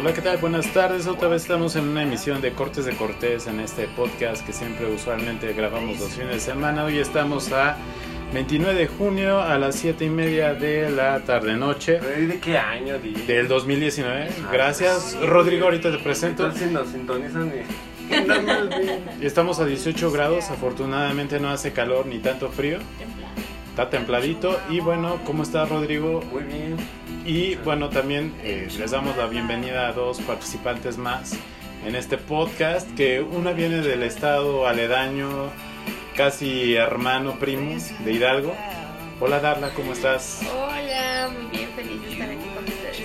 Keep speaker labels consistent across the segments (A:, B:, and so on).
A: Hola, ¿qué tal? Buenas tardes. Otra vez estamos en una emisión de Cortes de Cortés en este podcast que siempre usualmente grabamos los fines de semana. Hoy estamos a 29 de junio a las 7 y media de la tarde-noche
B: Pero, ¿y ¿De qué año, di?
A: del 2019.
B: Ah,
A: Gracias,
B: pues, sí.
A: Rodrigo. Ahorita te presento.
B: Entonces nos sintonizan y... No me olvides.
A: Estamos a 18 grados. Afortunadamente no hace calor ni tanto frío. Está templadito. Y bueno, ¿cómo está, Rodrigo?
B: Muy bien.
A: Y bueno, también eh, les damos la bienvenida a dos participantes más en este podcast, que una viene del estado aledaño, casi hermano, primo de Hidalgo. Hola Darla, ¿cómo estás?
C: Hola, muy bien, feliz de estar aquí con ustedes.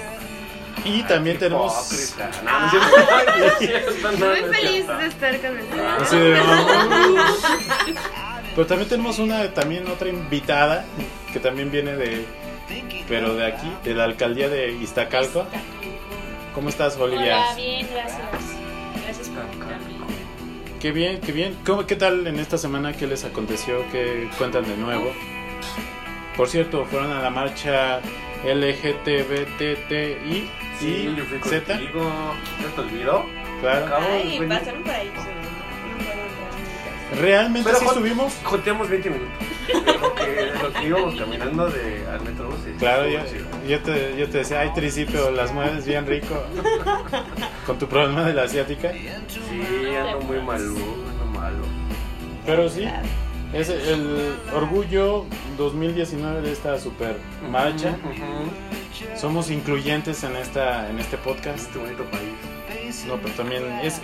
A: Y también
B: Ay, qué
A: tenemos... Ah,
B: hipócrita. No, no es cierto. No es cierto, no, no
C: Muy
B: es
C: feliz
B: cierto.
C: de estar con
A: Así
C: ustedes.
A: de- Pero también tenemos una, también otra invitada, que también viene de... Pero de aquí, de la alcaldía de Iztacalco. ¿Cómo estás, Olivia?
D: Hola, bien, gracias. Gracias por invitarme.
A: Qué bien, qué bien. ¿Cómo, ¿Qué tal en esta semana? ¿Qué les aconteció? ¿Qué cuentan de nuevo? Por cierto, fueron a la marcha LGTBTTI
B: Sí, yo fui
A: y Z,
B: contigo. ¿No te olvidó?
A: claro.
B: Acabo de
C: Ay,
B: venir.
C: pasaron por ahí. pero no puedo entrar.
A: ¿Realmente
B: Pero
A: sí
B: Juan-
A: subimos?
B: Joteamos 20 minutos. De lo que, de lo que íbamos caminando de, al metrobús. y-
A: Claro, yo,
B: Sí.
A: yo te, yo te decía, ay, tricipio, las mueves bien rico. Con tu problema de la asiática.
B: Sí, ando muy malo, ando malo.
A: Pero sí, es el orgullo 2019 de esta super marcha.
B: Ujú.
A: Somos incluyentes en, esta, en este podcast.
B: Este bonito país.
A: No, pero también es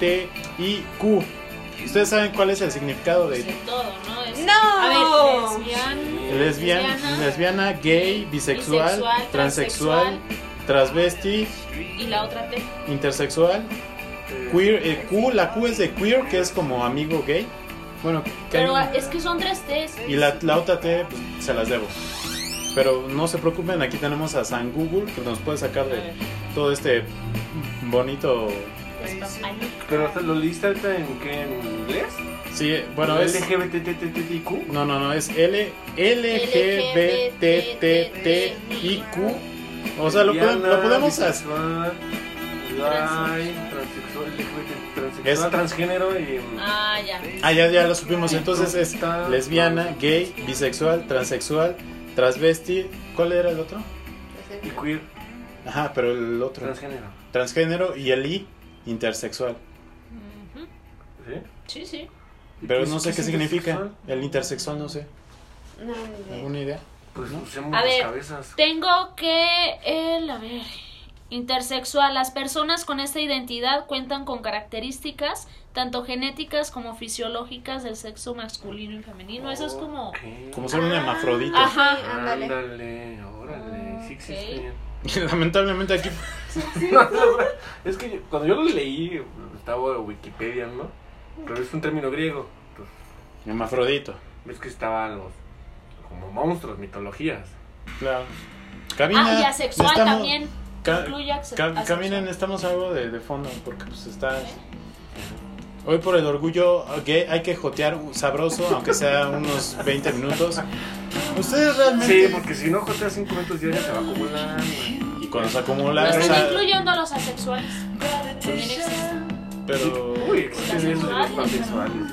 A: LGBTTIQ. ¿Ustedes saben cuál es el significado
D: Pues
A: de
D: de todo, ¿no? Es-
C: ¡No!
D: A ver, lesbiana,
A: lesbian, lesbiana,
D: lesbiana,
A: gay, bisexual,
D: bisexual,
A: transexual, transvesti,
D: y la otra T.
A: intersexual,
B: Eh,
A: queer? eh, Q, la Q es de queer, que es como amigo gay. Bueno, que
D: Pero
A: hay-
D: es que son tres T's.
A: y la, la otra T pues, se las debo. Pero no se preocupen, aquí tenemos a San Google que nos puede sacar
D: A
A: de
D: ver,
A: todo este bonito.
D: despapañico.
B: ¿Pero te lo leíste ahorita en qué? ¿En inglés?
A: Sí, bueno, es.
B: LGBTTTTQ.
A: No, no, no, es L LGBTTTIQ. O sea, lo, pueden- lo podemos hacer.
B: Bisexual, gay, transexual, LGBT, transexual,
A: Es-
B: transgénero y.
D: Ah, ya.
A: Ah, ya, ya lo supimos. Entonces es lesbiana, gay, bisexual, transexual, transvesti. ¿Cuál era el otro?
B: y queer,
A: Ajá, pero el otro.
B: transgénero.
A: Transgénero y el I, intersexual.
D: Ujú.
B: ¿Sí?
D: Sí, sí.
B: ¿Y
A: Pero
B: pues,
A: no sé qué
B: es
A: significa.
B: intersexual?
A: El intersexual, no sé.
C: No, ni idea.
A: ¿Alguna idea?
B: Pues
A: ¿No?
B: usemos
D: A
B: las
D: ver.
B: cabezas.
D: Tengo que el, a ver, intersexual. Las personas con esta identidad cuentan con características tanto genéticas como fisiológicas del sexo masculino y femenino. Eso es como
B: Ok.
A: Como ser un hermafrodita.
D: Ah, Ajá.
C: Ándale.
B: Ándale,
D: Ah,
B: órale. Sí existe.
A: Lamentablemente aquí.
B: es que yo- cuando yo lo leí, estaba en Wikipedia, ¿no? Pero es un término griego. Entonces,
A: Hermafrodito.
B: ves que estaban los. como monstruos, mitologías.
A: Claro.
D: Ah, y
A: Cabina.
D: asexual
A: estamos-
D: también.
A: Ca-
D: Incluye acce-
A: Cam-
D: asexual.
A: Caminen, estamos algo de, de fondo porque pues está... Hoy por el orgullo gay hay que jotear sabroso, aunque sea unos 20 minutos. Ustedes
B: Sí,
A: realmente...
B: porque si no joteas 5 minutos diarios se va a acumular. güey.
A: Y cuando se
D: No
A: acumula... o
D: están
A: sea,
D: incluyendo a los asexuales. También existen.
A: pero...
B: Uy, existen esos de los
D: Asexuales.
B: pansexuales.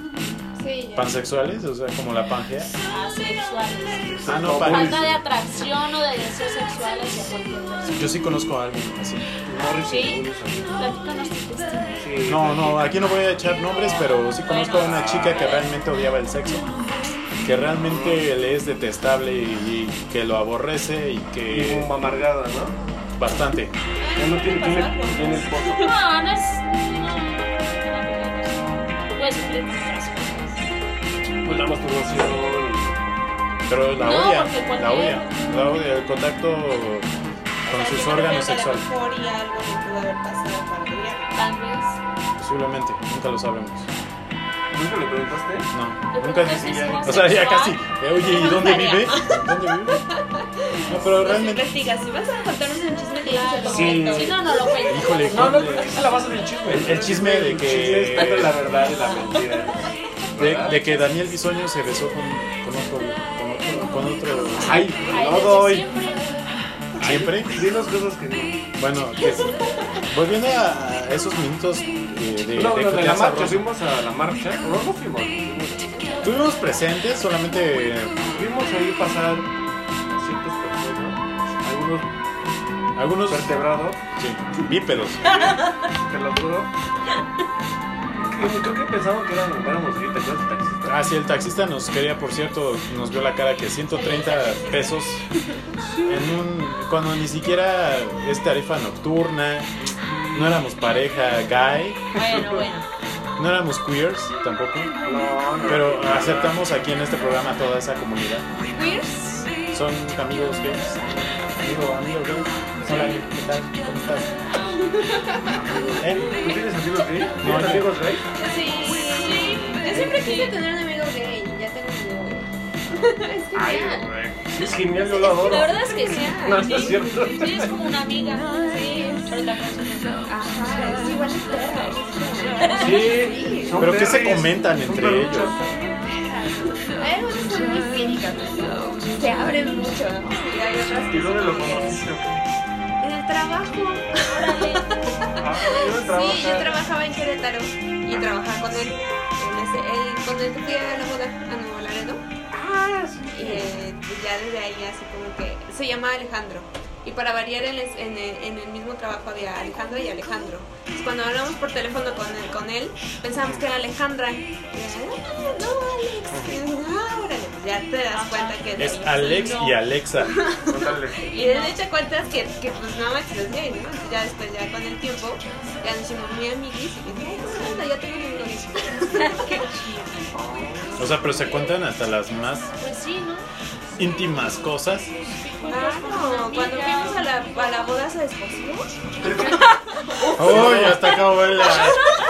C: Sí, ya.
A: Pansexuales, o sea, como la pangea.
D: Asexuales.
A: Ah, no,
B: Como
A: para-
D: Falta de atracción o de deseo sexual hacia cualquier persona.
A: Yo sí conozco a alguien así.
B: Morris y
D: Sí.
B: algunos amigos.
D: Platícanos tu testimonio.
B: Sí,
A: No, no, aquí no voy a echar nombres, pero sí conozco a una chica que realmente odiaba el sexo. Que realmente le es detestable y, y que lo aborrece y
B: Y
A: que...
B: bomba amargada, ¿no?
A: Bastante.
B: Ya no tiene, tiene, tiene el pozo.
D: No, no es. no. Pues,
B: Pues la masturbación.
A: Pero la
D: No,
A: odia,
D: porque cualquier-
A: la odia, la odia, el contacto con sus órganos sexuales,
E: Y algo le pudo haber pasado para Adriana.
D: tal vez.
A: posiblemente, nunca lo sabremos.
B: ¿Nunca le preguntaste?
A: No,
D: Yo
A: nunca
D: creo que sí somos
A: O sea, ya
D: sexual.
A: casi, eh, oye, ¿y dónde vive? ¿Dónde vive? No, pero
E: Pues
A: realmente,
E: investiga, si vas a contarnos un chisme que
D: Claro.
E: dices,
B: Sí.
D: Si no, no lo cuento.
A: híjole,
B: No, no,
A: de,
B: porque es la base del chisme.
A: El- el chisme de que-
B: El chisme es la verdad y la mentira. ¿Verdad?
A: de que Daniel Bisoño se besó con, con otro, con otro, con otro-
B: Ay,
D: Ay,
B: no
D: desde
B: doy.
D: siempre.
A: siempre.
B: Dinos cosas que no.
A: Bueno, que sí. volviendo a esos minutos eh, de,
B: no,
A: de
B: no, de la
A: cotear
B: marcha,
A: sabroso.
B: fuimos a la marcha. No, no fuimos. Fuimos,
A: Tuvimos presentes, solamente eh,
B: vimos ahí pasar a ciertas personas, algunos
A: algunos
B: vertebrados,
A: sí, bípedos.
B: te lo juro. Creo- Creo que pensaban que eran, éramos gays, ¿te acuerdas del taxista?
A: Ah, sí, el taxista nos quería, por cierto, nos vio la cara que 130 pesos en un, cuando ni siquiera es tarifa nocturna, no éramos pareja gay,
D: Bueno, bueno.
A: no éramos queers tampoco,
B: No, no.
A: pero aceptamos aquí en este programa a toda esa comunidad.
D: Queers.
A: Son amigos gays. Amigo, amigo gay. Hola, ¿qué tal? ¿Cómo estás?
B: ¿Tú
A: ¿Eh?
B: tienes amigos gay?
A: No,
B: ¿Tienes
A: yo-
B: amigos gay?
C: Sí. Yo siempre quise tener un amigo gay. Ya tengo un amigo gay. Es
B: Ay,
C: genial.
B: güey. Es genial, yo lo adoro.
D: La verdad es que sí.
B: No, no es cierto.
D: Sí, es como una amiga. Sí, pero la persona.
C: Ajá, es igual que perro.
B: Sí, son
A: Pero ¿qué se
B: perris,
A: comentan
B: son
A: entre
B: perruchos.
A: ellos?
C: Hay algunos que son muy cínicas. Se abren mucho. Y hay otras
B: ¿Y
C: que
B: dónde
C: son
B: lo
C: como que-
B: conociste?
C: En el trabajo.
B: Ah,
C: Sí, yo trabajaba en Querétaro y trabajaba con él. En ese- él- con él fui a la boda, a Nuevo Laredo. Y eh, pues ya desde ahí así como que... Se llama Alejandro. Y para variar en, es- en el, en el mismo trabajo había Alejandra y Alejandro. Entonces, cuando hablamos por teléfono con él, con él pensábamos que era Alejandra. Y era, "Ah, no, Alex. Y yo, ah, órale, pues ya te das cuenta que... es
A: Es
C: él.
A: Alex y Alexa.
B: Ándale.
C: Y él le echa cuentas que, que pues no manches, es gay, ¿no? Entonces, Ya después, ya con el tiempo, ya nos hicimos muy amiguis y dije, "Ay, anda, ya tengo mi amigo gay". Qué chido.
A: O sea, pero se cuentan hasta las más
D: Pues sí, ¿no?
A: íntimas cosas.
C: Ah, no, cuando fuimos a la, a la boda se descosió.
A: ¡Uy! Hasta acabó la.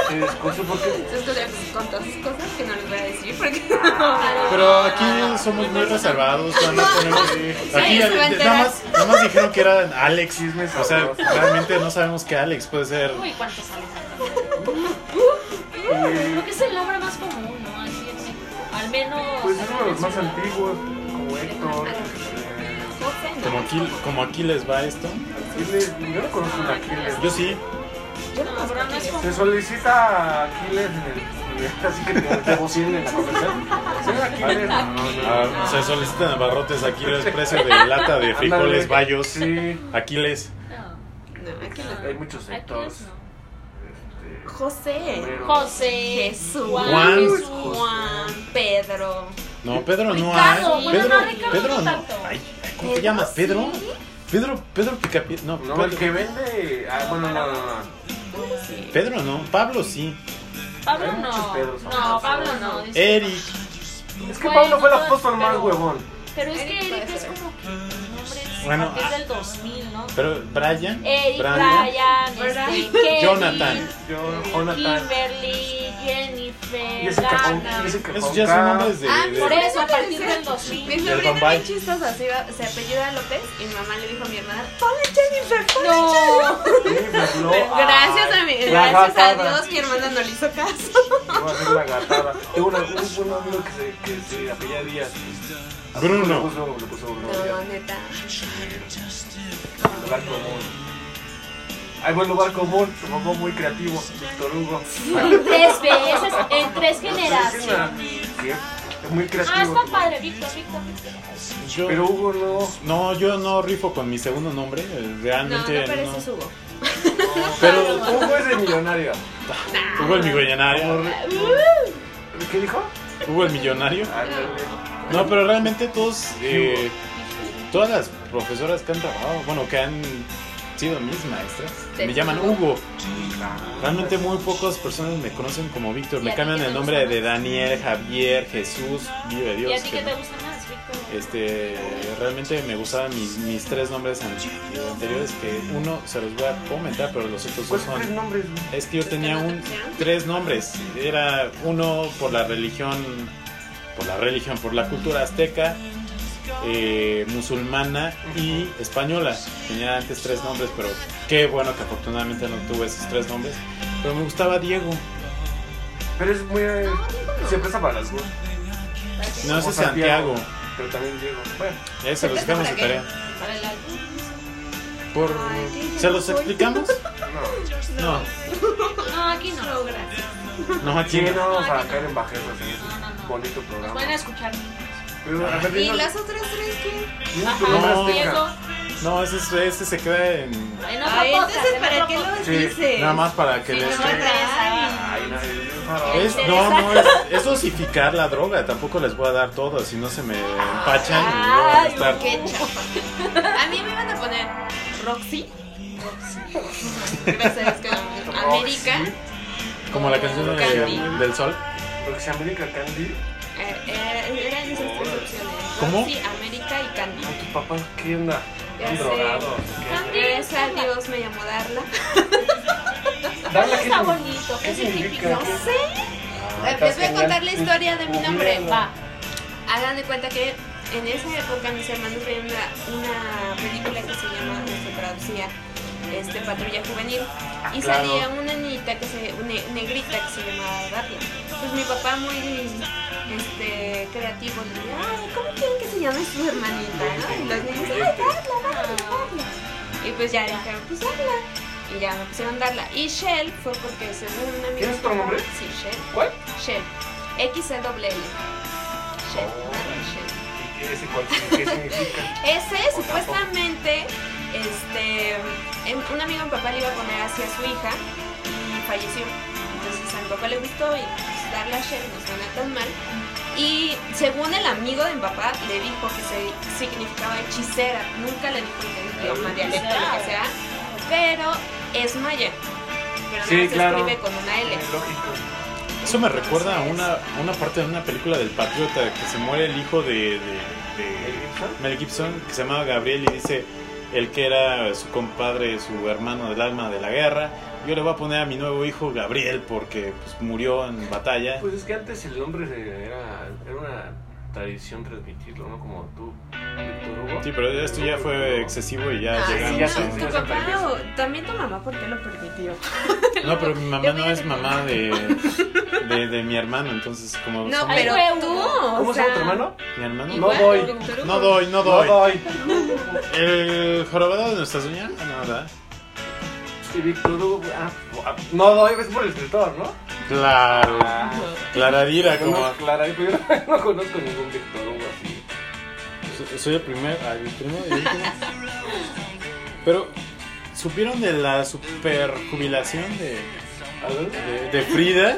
B: Se descosió porque
C: Entonces, pues, le- con todas esas cosas que no les voy a decir porque...
A: Pero aquí somos muy reservados. o sea, No tenemos. Aquí
C: Sí, se va a
A: nada más, nada más dijeron que eran Alex.
B: Chismes
A: O sea,
B: sabrosos.
A: realmente no sabemos que Alex puede ser.
D: Uy, ¿cuántos Alejandro? Creo que es el nombre más común, ¿no? Así es. Al menos.
B: pues es uno de los más antiguos, como Héctor. eh,
A: Como aquí, como aquí les va esto.
B: Aquiles, este, yo no conozco un Aquiles.
A: Yo sí.
C: Yo no
D: No, pero no es
B: Se
D: común.
B: solicita Aquiles en el. en el- Así que te, te bocinen en la conversación. Señor Aquiles. No, no,
A: Ah, se solicitan abarrotes Aquiles, precio de lata de frijoles, bayos.
B: Sí,
A: Aquiles.
D: No.
C: No, aquí
B: hay muchos
D: Aquí es
B: Héctors.
D: no.
B: este,
C: no. José.
B: Homero.
D: José.
C: Jesús.
A: Juan.
C: Juan. Pedro.
A: No, Pedro no hay.
D: Ricardo, bueno,
A: Pedro,
D: no, Ricardo
A: Pedro
D: no
A: no.
D: tanto. ¿Ah,
A: Ay, ¿Cómo te llamas? ¿Pedro? Pedro, Pedro Picapiedra. No,
B: No, el que
A: Pedro,
B: vende. Ah, bueno, no, no, no.
A: Pedro no. Pablo sí.
D: Pablo
B: Hay muchos
D: no.
B: Pedros.
D: No, Pablo no. dice.
A: Eric.
B: Es que
D: Bueno,
B: Pablo fue el
D: no,
B: apóstol más
D: pero-
B: huevón.
D: Pero es que
C: Eric puede
D: Eric es
C: ser.
D: como que nombres
A: Bueno,
D: a partir
A: ah.
D: del 2000, ¿no?
A: Pero Brian.
D: Eric,
A: Brandon,
D: Brian,
C: Brian.
D: este, Kevin,
A: Jonathan.
B: Yo, Jonathan.
D: Kimberly,
B: Y
D: Jennifer,
B: ese capón.
D: Dana.
B: Y ese capón.
A: Esos ya son nombres de.
C: Ah,
A: de-
D: Por eso, a partir
C: Del
D: del 2000.
C: Mi
A: Del
C: sobrina
A: Bombay.
C: bien chistosa, se, iba- se apellida López y mi mamá le dijo a mi hermana, ponle Jennifer, ponle
D: No.
C: Jennifer".
B: Ah,
C: Gracias a, mi, gracias a Dios mi hermana no le hizo caso.
B: Voy a hacer la gatada. Tengo una- un, un amigo que se, que se apellía Díaz. Le
A: Bruno.
B: puso, le puso Bruno
C: No,
B: Díaz.
C: neta.
B: Lugar común. Hay buen lugar común. Se mamó muy creativo. Víctor Hugo.
D: En tres veces, en tres
B: Es una-
D: generaciones.
B: sí, es muy
D: Ah,
B: creativo.
D: está padre, Víctor, Víctor.
A: Yo-
B: Pero Hugo no.
A: no, yo no rifo con mi segundo nombre. eh,
C: No, no
A: Realmente.
C: pareces Hugo.
A: Pero
B: Hugo es de millonario.
A: Hugo el millonario.
D: Uh.
B: ¿Qué dijo? Ah,
A: Hugo el millonario.
B: Ándale.
A: No, pero realmente todos. eh, todas las profesoras que han trabajado, bueno, que han sido mis maestras,
C: Sí.
A: me llaman Hugo. Realmente muy pocas personas me conocen como Víctor.
D: ¿Y
A: Me
D: a ti
A: cambian
D: qué te
A: el
D: gusta
A: nombre
D: más?
A: de Daniel, Javier, Jesús, vive Dios.
D: ¿Y a ti
A: que
D: qué te
A: no.
D: gusta más, Víctor?
A: Este, realmente me gustaban mis, mis tres nombres an- anteriores, que uno se los voy a comentar, pero los otros dos
B: Pues tres
A: son...
B: nombres.
A: Es que yo tenía un, tres nombres. Era uno por la religión, por la religión, por la cultura azteca, eh, musulmana y española. Tenía antes tres nombres, pero qué bueno que afortunadamente no tuve esos tres nombres. Pero me gustaba Diego.
B: Pero es muy. eh, Se presta para las dos.
A: No sé
B: O
A: Santiago.
B: Pero también Diego. Bueno.
A: Eso, los dejamos de tarea.
C: Para el álbum.
A: Por...
C: Ay, qué
A: ¿Se los
C: soy.
A: explicamos?
B: No.
A: No,
D: No, aquí no.
C: No, gracias.
A: no, aquí
B: Sí, no
A: no.
B: vamos a caer en bajezas.
D: No, no, no.
B: Bonito
D: Nos
B: programa.
D: pueden escuchar.
B: Pero, a ver,
C: ¿Y
B: dinos-
C: las otras tres qué?
B: dinos
D: Ajá,
B: tu nombre
A: No.
B: azteca.
D: Diego.
A: No, ese, es- ese se queda en...
D: En otra
C: Ay,
D: podcast,
C: entonces,
D: en
C: ¿para
D: otra
C: qué
D: podcast.
C: los
B: Sí,
C: dices?
A: Nada más para que
D: Sí,
A: les...
D: no me interesa.
B: Ay, no,
A: Es, no, no, es, es dosificar la droga. Tampoco les voy a dar todo, si no se me empachan y luego van a
D: Ay,
A: estar.
C: Qué chafa. A mí me iban a poner Roxy. Gracias, que América.
A: Como la canción de-
C: Candy.
A: del sol.
B: Porque si América Candy,
C: Eh, eh, eran esas tres opciones.
A: ¿Cómo?
C: Roxy, América y Candy.
B: ¿no? tus papás qué onda?
C: Ya
B: Están
C: sé.
B: drogados.
D: Candy.
C: Gracias a Dios me llamó Darla.
B: Darla, ¿qué
D: Está
B: significa?
D: bonito.
B: ¿Qué
D: ¿Qué
B: significa?
D: significa?
C: No sé.
B: Ah,
C: Eh, Les voy a
B: genial.
C: contar la historia de mi nombre.
B: Googlealo.
D: Va.
C: Hagan de cuenta que en esa época mis hermanos veían una, una película que se llama, que se traducía este, Patrulla Juvenil. Y
B: Ah, claro.
C: salía una niñita que se, una negrita que se llamaba Darla. Pues mi papá muy este, creativo le dijo, ay, ¿cómo quieren que se llame su hermanita? no?" Y los niños, ay, Darla, Darla, Darla. Y pues ya dijeron, pues Darla. Y ya me pusieron Darla. Y Shell fue porque según una amiga...
B: ¿Tienes otro nombre?
C: Sí, Shell.
B: ¿Cuál?
C: Shell. XLL. Shell.
B: Oh.
C: Darla Shell.
B: ¿Y qué- ese cuál- ¿Qué significa?
C: Ese
B: O
C: supuestamente, este, en- un amigo de mi papá le iba a poner hacia su hija y falleció. Entonces a mi papá le gustó y pues, darle a Shell no suena tan mal. Y según el amigo de mi papá le dijo que se significaba hechicera, nunca le dijo en qué idioma, dialecto, lo que sea, pero es maya. Pero no
B: Sí,
C: se
B: claro.
C: escribe con una L.
B: Lógico.
A: Eso me recuerda a una, a una parte de una película del Patriota que se muere el hijo de, de- de Mel Gibson que se llamaba Gabriel y dice el que era su compadre, su hermano del alma de la guerra. Yo le voy a poner a mi nuevo hijo Gabriel porque pues, murió en batalla.
B: Pues es que antes el nombre se- era, era una tradición transmitirlo, ¿no? Como tú, Víctor Hugo.
A: Sí, pero esto ya fue
B: Pero-
A: excesivo y ya
C: Ay,
B: sí,
A: llegamos
B: ya
C: Ah, no,
A: a-
C: tu
B: se
C: papá
B: perdió.
C: o también tu mamá, ¿por qué lo permitió?
A: No, pero mi mamá
C: Yo
A: no
C: vi-
A: es mamá de, de, de mi hermano, entonces como...
C: No,
A: somos-
D: Ahí
C: pero
D: fue
C: tú.
D: uno.
C: o
B: ¿Cómo se llama tu
C: sea,
B: hermano?
A: Mi hermano...
C: igual,
B: doy.
C: Víctor Hugo.
A: No doy, no doy.
B: No doy.
A: El jorobado de nuestra señora, no, ¿verdad?
B: Y Víctor Hugo. ah, ah, no doy, es por el escritor, ¿no?
A: Claro. Clararía,
B: Yo
A: como.
B: no, Clara, yo no, conozco ningún Víctor Hugo así.
A: Soy el primer. ah, el primero y el último. Pero, ¿supieron de la super jubilación de,
B: A ver.
A: de, de Frida?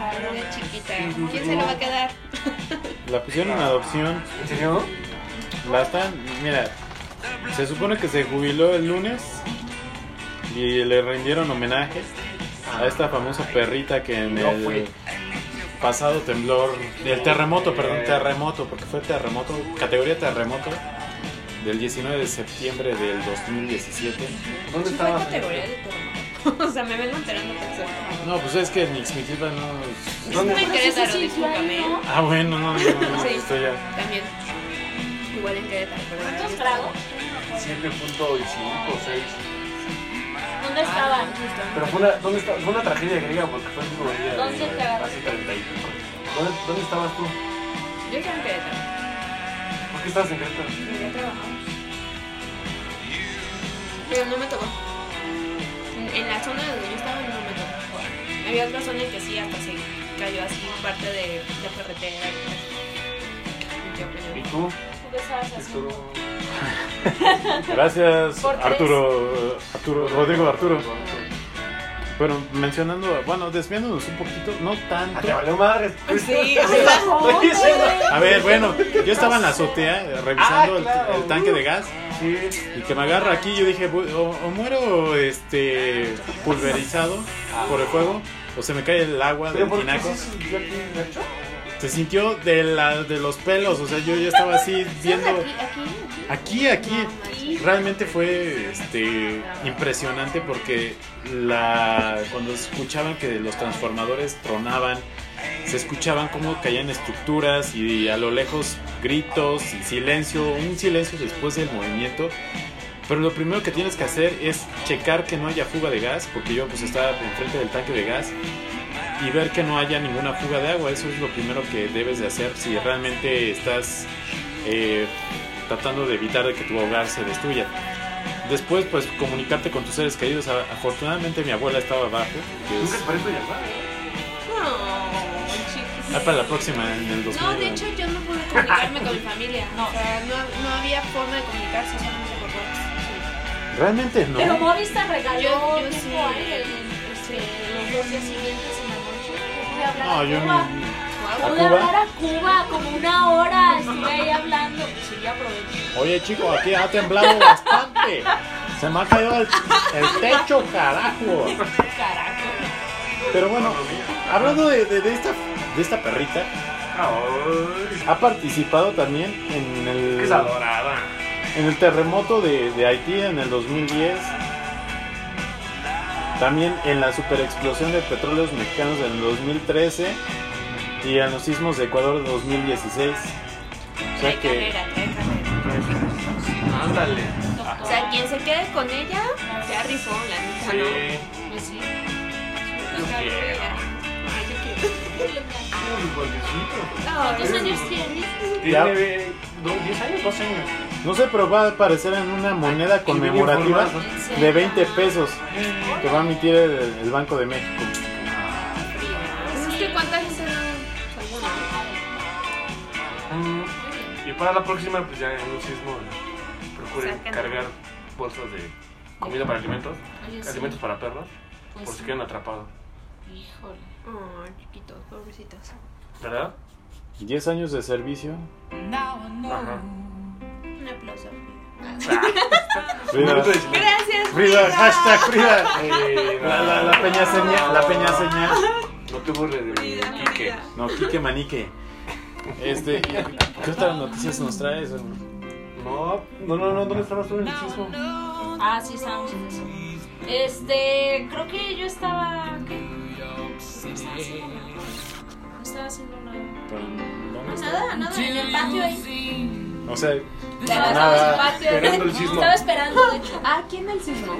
B: Ah,
C: Una chiquita. ¿Quién se lo va a quedar?
A: La pusieron en adopción.
B: ¿En serio?
A: La están. Mira, se supone que se jubiló el lunes y le rindieron homenaje a esta famosa perrita que en
B: No
A: el
B: fui.
A: pasado temblor, el terremoto, perdón, terremoto, porque fue terremoto, categoría terremoto del 19 de septiembre del 2017.
B: ¿Dónde
C: Sí, fue
B: estabas?
C: categoría de terremoto. O sea, me vengo enterando que es terremoto.
A: No, pues es que en Ixmiquilpan no.
B: ¿Dónde?
C: Estuve en
D: Pero sí se
C: Querétaro,
D: sintió ahí,
C: discúlpame.
D: ¿no?
A: Ah, bueno, no, no, no, no,
C: Sí.
A: estoy ya.
C: También. Igual en Querétaro, pero bueno.
D: ¿Cuántos grados?
B: 7.5, 6.
D: ¿Dónde estaban?
B: Pero fue una, ¿dónde está- fue una tragedia griega porque fue en Rumanía.
D: ¿Dónde
B: de-
D: te agarraste?
B: Hace 35. ¿Dónde, ¿Dónde estabas tú?
C: Yo estaba en Querétaro.
B: ¿Por qué estabas en Querétaro?
C: Llegué a trabajar. Pero no me tocó. En- En la zona donde yo estaba no me tocó. Había otra zona en que sí, hasta se cayó así parte de la carretera. y cosas. Y yo,
B: ¿Y
C: pues,
B: tú?
D: ¿Tú qué estabas haciendo?
B: Arturo.
A: Gracias,
D: Por tres.
A: Arturo, Arturo, Rodrigo Arturo. Bueno, mencionando, bueno, desviándonos un poquito, no
B: Ah,
A: tanto.
B: te valió madre.
C: Sí,
B: Estoy diciendo.
A: A ver, bueno, yo estaba en la azotea eh, revisando
B: Ah,
A: el-
B: claro.
A: el, tanque de gas
B: Sí.
A: y que me agarra aquí. Yo dije, bu- o, o muero este pulverizado por el fuego o se me cae el agua
B: ¿Pero
A: del
B: por qué
A: tinaco.
B: sí sintió aquí en el
A: Se sintió de, la, de los pelos, o sea, yo ya estaba así viendo. Aquí, aquí. Realmente fue este, impresionante porque la, cuando escuchaban que los transformadores tronaban, se escuchaban cómo caían estructuras y a lo lejos gritos y silencio, un silencio después del movimiento. Pero lo primero que tienes que hacer es checar que no haya fuga de gas, porque yo pues estaba enfrente del tanque de gas y ver que no haya ninguna fuga de agua. Eso es lo primero que debes de hacer si realmente estás eh, tratando de evitar de que tu hogar se destruya. Después, pues comunicarte con tus seres queridos. A- Afortunadamente mi abuela estaba abajo. que
B: Nunca
A: es-
B: te parece llamar.
C: No,
A: Ah,
C: chicos.
A: para la próxima, en el 2000.
C: No, de hecho yo no pude comunicarme con mi familia.
D: No.
C: O sea, no, no había forma de comunicarse solamente por WhatsApp.
A: Realmente no.
D: Pero Movistar regaló
C: Yo- yo
D: tiempo
C: sí.
D: a alguien, este, los dos días siguientes en la noche. Pude hablar
A: No,
D: a
A: yo
D: Cuba.
A: no.
C: Wow.
A: ¿A
D: Pude
A: Cuba?
D: hablar a Cuba como una hora. Estuve ahí hablando. Sí, ya aproveché.
A: Oye, chico, aquí ha temblado bastante. Se me ha caído el, el techo, carajo.
D: Carajo.
A: Pero bueno, hablando de, de- de esta, de esta perrita,
B: Ay,
A: ha participado también en el,
B: es adorada.
A: en el terremoto de, de Haití en el 2010. También en la superexplosión de petróleos mexicanos en el 2013 y en los sismos de Ecuador de 2016. O sea
C: Trae
A: que
C: carrera, trae carrera.
B: Ándale.
C: O sea, quien se quede con ella, ya rifó, la neta,
B: Sí.
C: ¿no?
D: Pues sí.
B: Yo quiero. Uy, pobrecito.
D: ¿Cuántos
C: Ay,
D: años tienes?
A: Ya.
B: Tiene eh, do- 10 años, 12 años.
A: no sé, pero va a aparecer en una moneda conmemorativa
B: informado.
A: de 20 pesos que va a emitir el, el Banco de México.
C: Pues es que cuánta gente no. Seguro.
D: Ah.
B: Mm. Y para la próxima, pues ya en un sismo, eh, procuren
C: Sáquenlo.
B: cargar bolsas de comida para alimentos,
D: Oye, sí,
B: alimentos para perros,
D: pues
B: por si
D: sí.
B: quedan atrapados.
D: Híjole.
C: Oh, chiquitos, pobrecitos.
B: ¿Verdad?
A: 10 años de servicio.
B: Ajá.
C: Un aplauso.
A: Frida,
C: Gracias,
A: Frida, hashtag Frida.
B: Eh,
A: La, la, la peña señal, la peña señal.
B: No te burles de mi
C: Frida,
B: Quique.
C: Frida.
A: No, Quique Manique. Este, ¿y ¿qué otras noticias nos traes? hermano?
B: No, no, no, no, ¿dónde estabas tú en el sismo?
D: Ah, sí, estábamos en eso. Este, creo que yo estaba. ¿Qué? Pues No estaba haciendo nada. No estaba haciendo nada.
A: Pero, ¿dónde
D: No,
A: está?
D: Nada, nada, en el patio ahí.
A: O sea,
D: Estaba,
A: nada.
D: estaba en el
B: Esperando
D: patio.
B: el sismo.
D: Estaba esperando, de hecho.
C: Ah, ¿quién el sismo?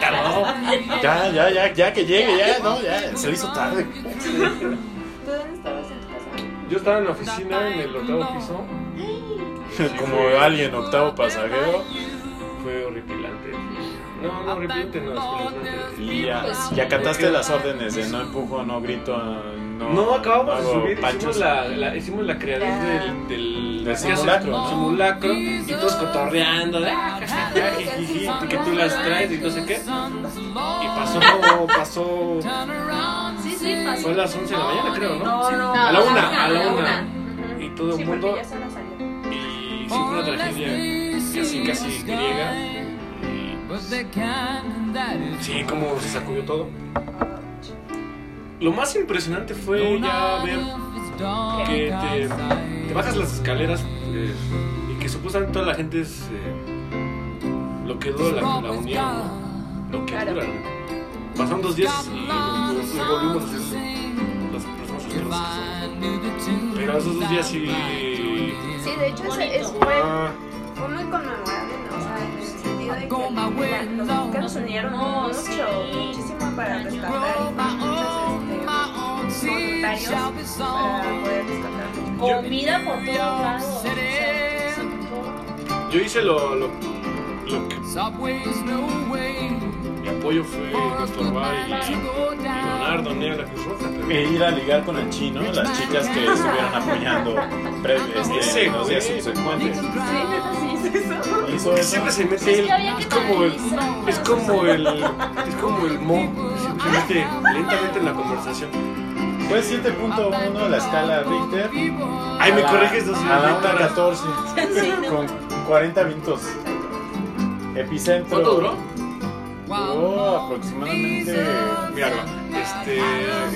A: Ya, ya, ya, ya que llegue, ya, no, ya, se le hizo tarde.
C: ¿Tú dónde estabas en tu casa?
B: Yo estaba en la oficina, en el octavo piso.
A: Como alguien octavo pasajero.
B: Fue horripilante. No, no, horripilante no, espeluznante.
A: Y ya, y acataste las órdenes de no empujo, no grito, no.
B: No, acabamos de
A: hago
B: subir, hicimos
A: panchos.
B: la, la- hicimos la creación del, del,
A: Del
B: ¿qué hacen?
A: simulacro.
B: simulacro, y todos cotorreando, de, ah, ja, ja, ja, jiji, que tú las traes y no sé qué. Y pasó, pasó,
D: Sí, sí, pasó.
B: fue a las 11 de la mañana creo, ¿no?
D: No, no.
B: A la una, a la
C: una.
B: una. Y todo
C: Sí,
B: el
C: porque
B: mundo,
C: ya se la salió.
B: y sí fue una tragedia casi, casi griega. Y Sí, como se sacudió todo. Lo más impresionante fue ya ver que te, te bajas las escaleras eh, y que supuestamente toda la gente es eh, lo que dura la, la unión, ¿no? lo que
C: Claro.
B: dura. ¿no? Pasaron dos días y nos, nos volvimos a hacer las personas asquerosas que son. Pero esos dos días sí.
C: Sí, de hecho ese- es, fue,
B: Ah,
C: fue muy conmemorable, ¿no? O sea, en el sentido de que la- los mexicanos se unieron
D: No,
C: mucho,
D: sí.
C: muchísimo para rescatar y fueron muchos este, voluntarios para poder rescatar.
D: Comida por todos lados. o sea,
B: yo hice lo, lo, lo que mi apoyo fue estorbar y, y donar, doné a la Cruz Roja. pero-
A: E ir a ligar con el chino, las chicas que estuvieron apoyando previo, este,
B: Ese
A: en los días
B: güey.
A: subsecuentes.
C: Sí, sí, eso.
A: Hizo
B: Que
A: eso.
B: siempre se mete
D: Es
B: él.
D: que había que
B: Pues, Es como el. Es como el.
D: canalizar.
B: Es como el mo. Siempre se mete lentamente en la conversación.
A: Fue 7.1 de la escala Richter.
B: Ay, me corriges dos
A: A la onda
B: letras.
A: 14. Con 40 vintos. Epicentro.
B: ¿Cuánto duró?
A: Duró aproximadamente.
B: Mira, este.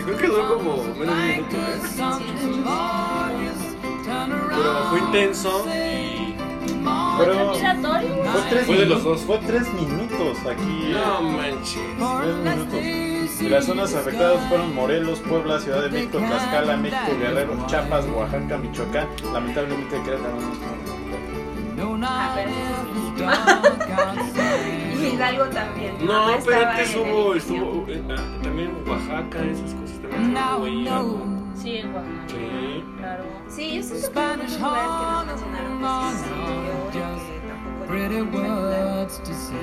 B: Creo que duró como menos de un minuto, ¿eh? Pero fue intenso y.
A: Fueron,
D: ¿Giratorio?
A: fue tres
B: Fue de los
A: minutos-
B: dos.
A: Fue 3 minutos aquí.
B: No manches.
A: 3 minutos. Y las zonas afectadas fueron Morelos, Puebla, Ciudad de México, Tlaxcala, México, Guerrero, Chiapas, Oaxaca, Michoacán. Lamentablemente Querétaro no estuvo.
C: A ver, Y Hidalgo también.
B: No, pero
C: estaba
B: antes
C: en el
B: hubo.
C: edificio.
B: Estuvo, eh, ah, también Oaxaca, esas cosas también. hubo ahí algo.
D: Sí, en Oaxaca,
B: Sí.
D: claro.
C: Sí, yo siento que hubo muchos lugares que no mencionaron. pues, sí, sí, yo creo que tampoco
F: pretty words to say.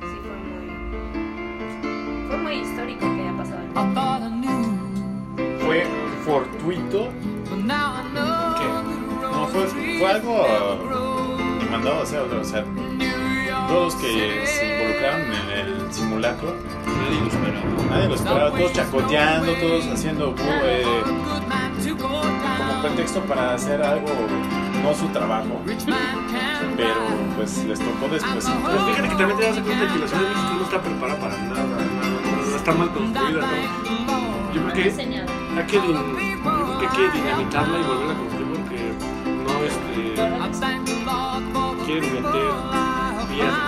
C: Sí, fue muy. Fue muy histórico que haya pasado.
F: I thought I knew,
A: Fue fortuito,
F: but now I know.
A: no fue, fue algo eh, mandado a hacer, o sea, todos los que se involucraron en el simulacro,
B: Nadie lo esperaba.
A: nadie lo esperaba, pues, todos chacoteando, todos haciendo eh, como pretexto para hacer algo, no su trabajo, pero pues les tocó después.
B: Pero Pues fíjate que también te das cuenta que la Ciudad de México no está preparada para nada, no, no está mal construida, ¿no? Yo creo que
D: Diseñado.
B: hay que, din- yo creo que, hay que dinamitarla y volverla a construir porque no este, quieren meter vías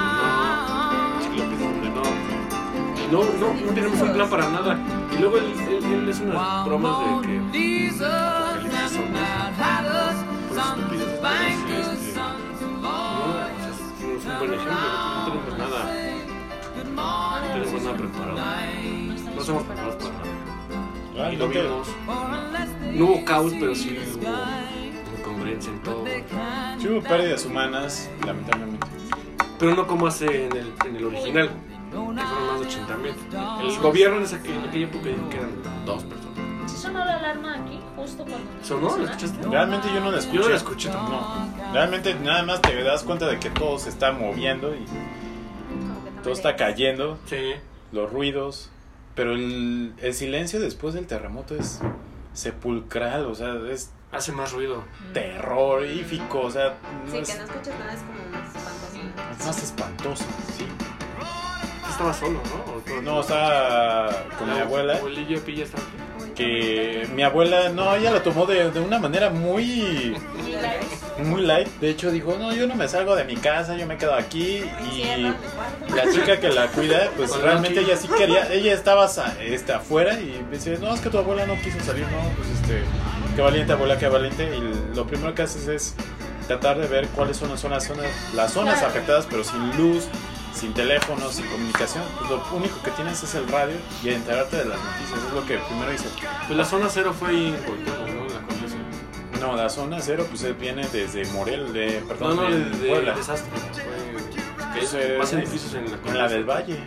B: donde no, ciclopistas donde no. Y No, no, no tenemos un plan para nada. Y luego él, él, él es unas bromas de que apocalipsis son pues, estúpidos. Entonces, este, no, o sea, pues, es un buen ejemplo, no tenemos nada, no tenemos nada preparado. No somos preparados para nada. Y lo
A: Realmente,
B: vimos. No hubo caos, pero sí hubo incongruencia en todo.
A: sí hubo pérdidas humanas, lamentablemente.
B: Pero no como hace en el, en el original, que fueron más de 80 mil. El gobierno en esa- en aquella época dijo que eran dos personas.
D: Sí sonó la alarma aquí, justo cuando.
B: ¿Sonó? ¿Lo escuchaste?
A: Realmente yo no la escuché.
B: Yo no la escuché tampoco.
A: No. Realmente nada más te das cuenta de que todo se está moviendo y
C: Como que no
A: todo
C: me
A: está
C: leo.
A: cayendo,
B: Sí.
A: los ruidos, pero el, el silencio después del terremoto es sepulcral, o sea, es
B: Hace más ruido.
A: terrorífico, o sea, no
C: Sí,
A: es,
C: que no escuchas nada es como más espantoso. ¿no?
A: es más espantoso, sí.
B: Estaba solo, ¿no? ¿O todo-
A: No, estaba con mi
B: La
A: abuela, ¿eh?
B: abuelilla pilla estaba.
A: que mi abuela, no, ella lo tomó de, de una manera muy,
C: Y la vez,
A: muy light, de hecho dijo, no, yo no me salgo de mi casa, yo me quedo aquí y...
C: cierra, te guardo.
A: la chica que la cuida, pues
B: Con
A: realmente
B: Lucky.
A: ella sí quería, ella estaba sa- este, afuera y me dice, no, es que tu abuela no quiso salir, no, pues este, qué valiente abuela, qué valiente. Y lo primero que haces es tratar de ver cuáles son las zonas, zonas las zonas
D: Claro.
A: afectadas, pero sin luz, sin teléfono, sin comunicación. Pues lo único que tienes es el radio y enterarte de las noticias, es lo que primero hice.
B: Pues la zona cero fue ahí en Coitán, ¿no? La condesa.
A: No, la zona cero, pues eh, viene desde Morel, de,
B: No,
A: perdón,
B: no,
A: de,
B: el de,
A: Puebla,
B: desastre. Fue. Que
A: Eso era-
B: más edificios en la condesa.
A: en la del Valle.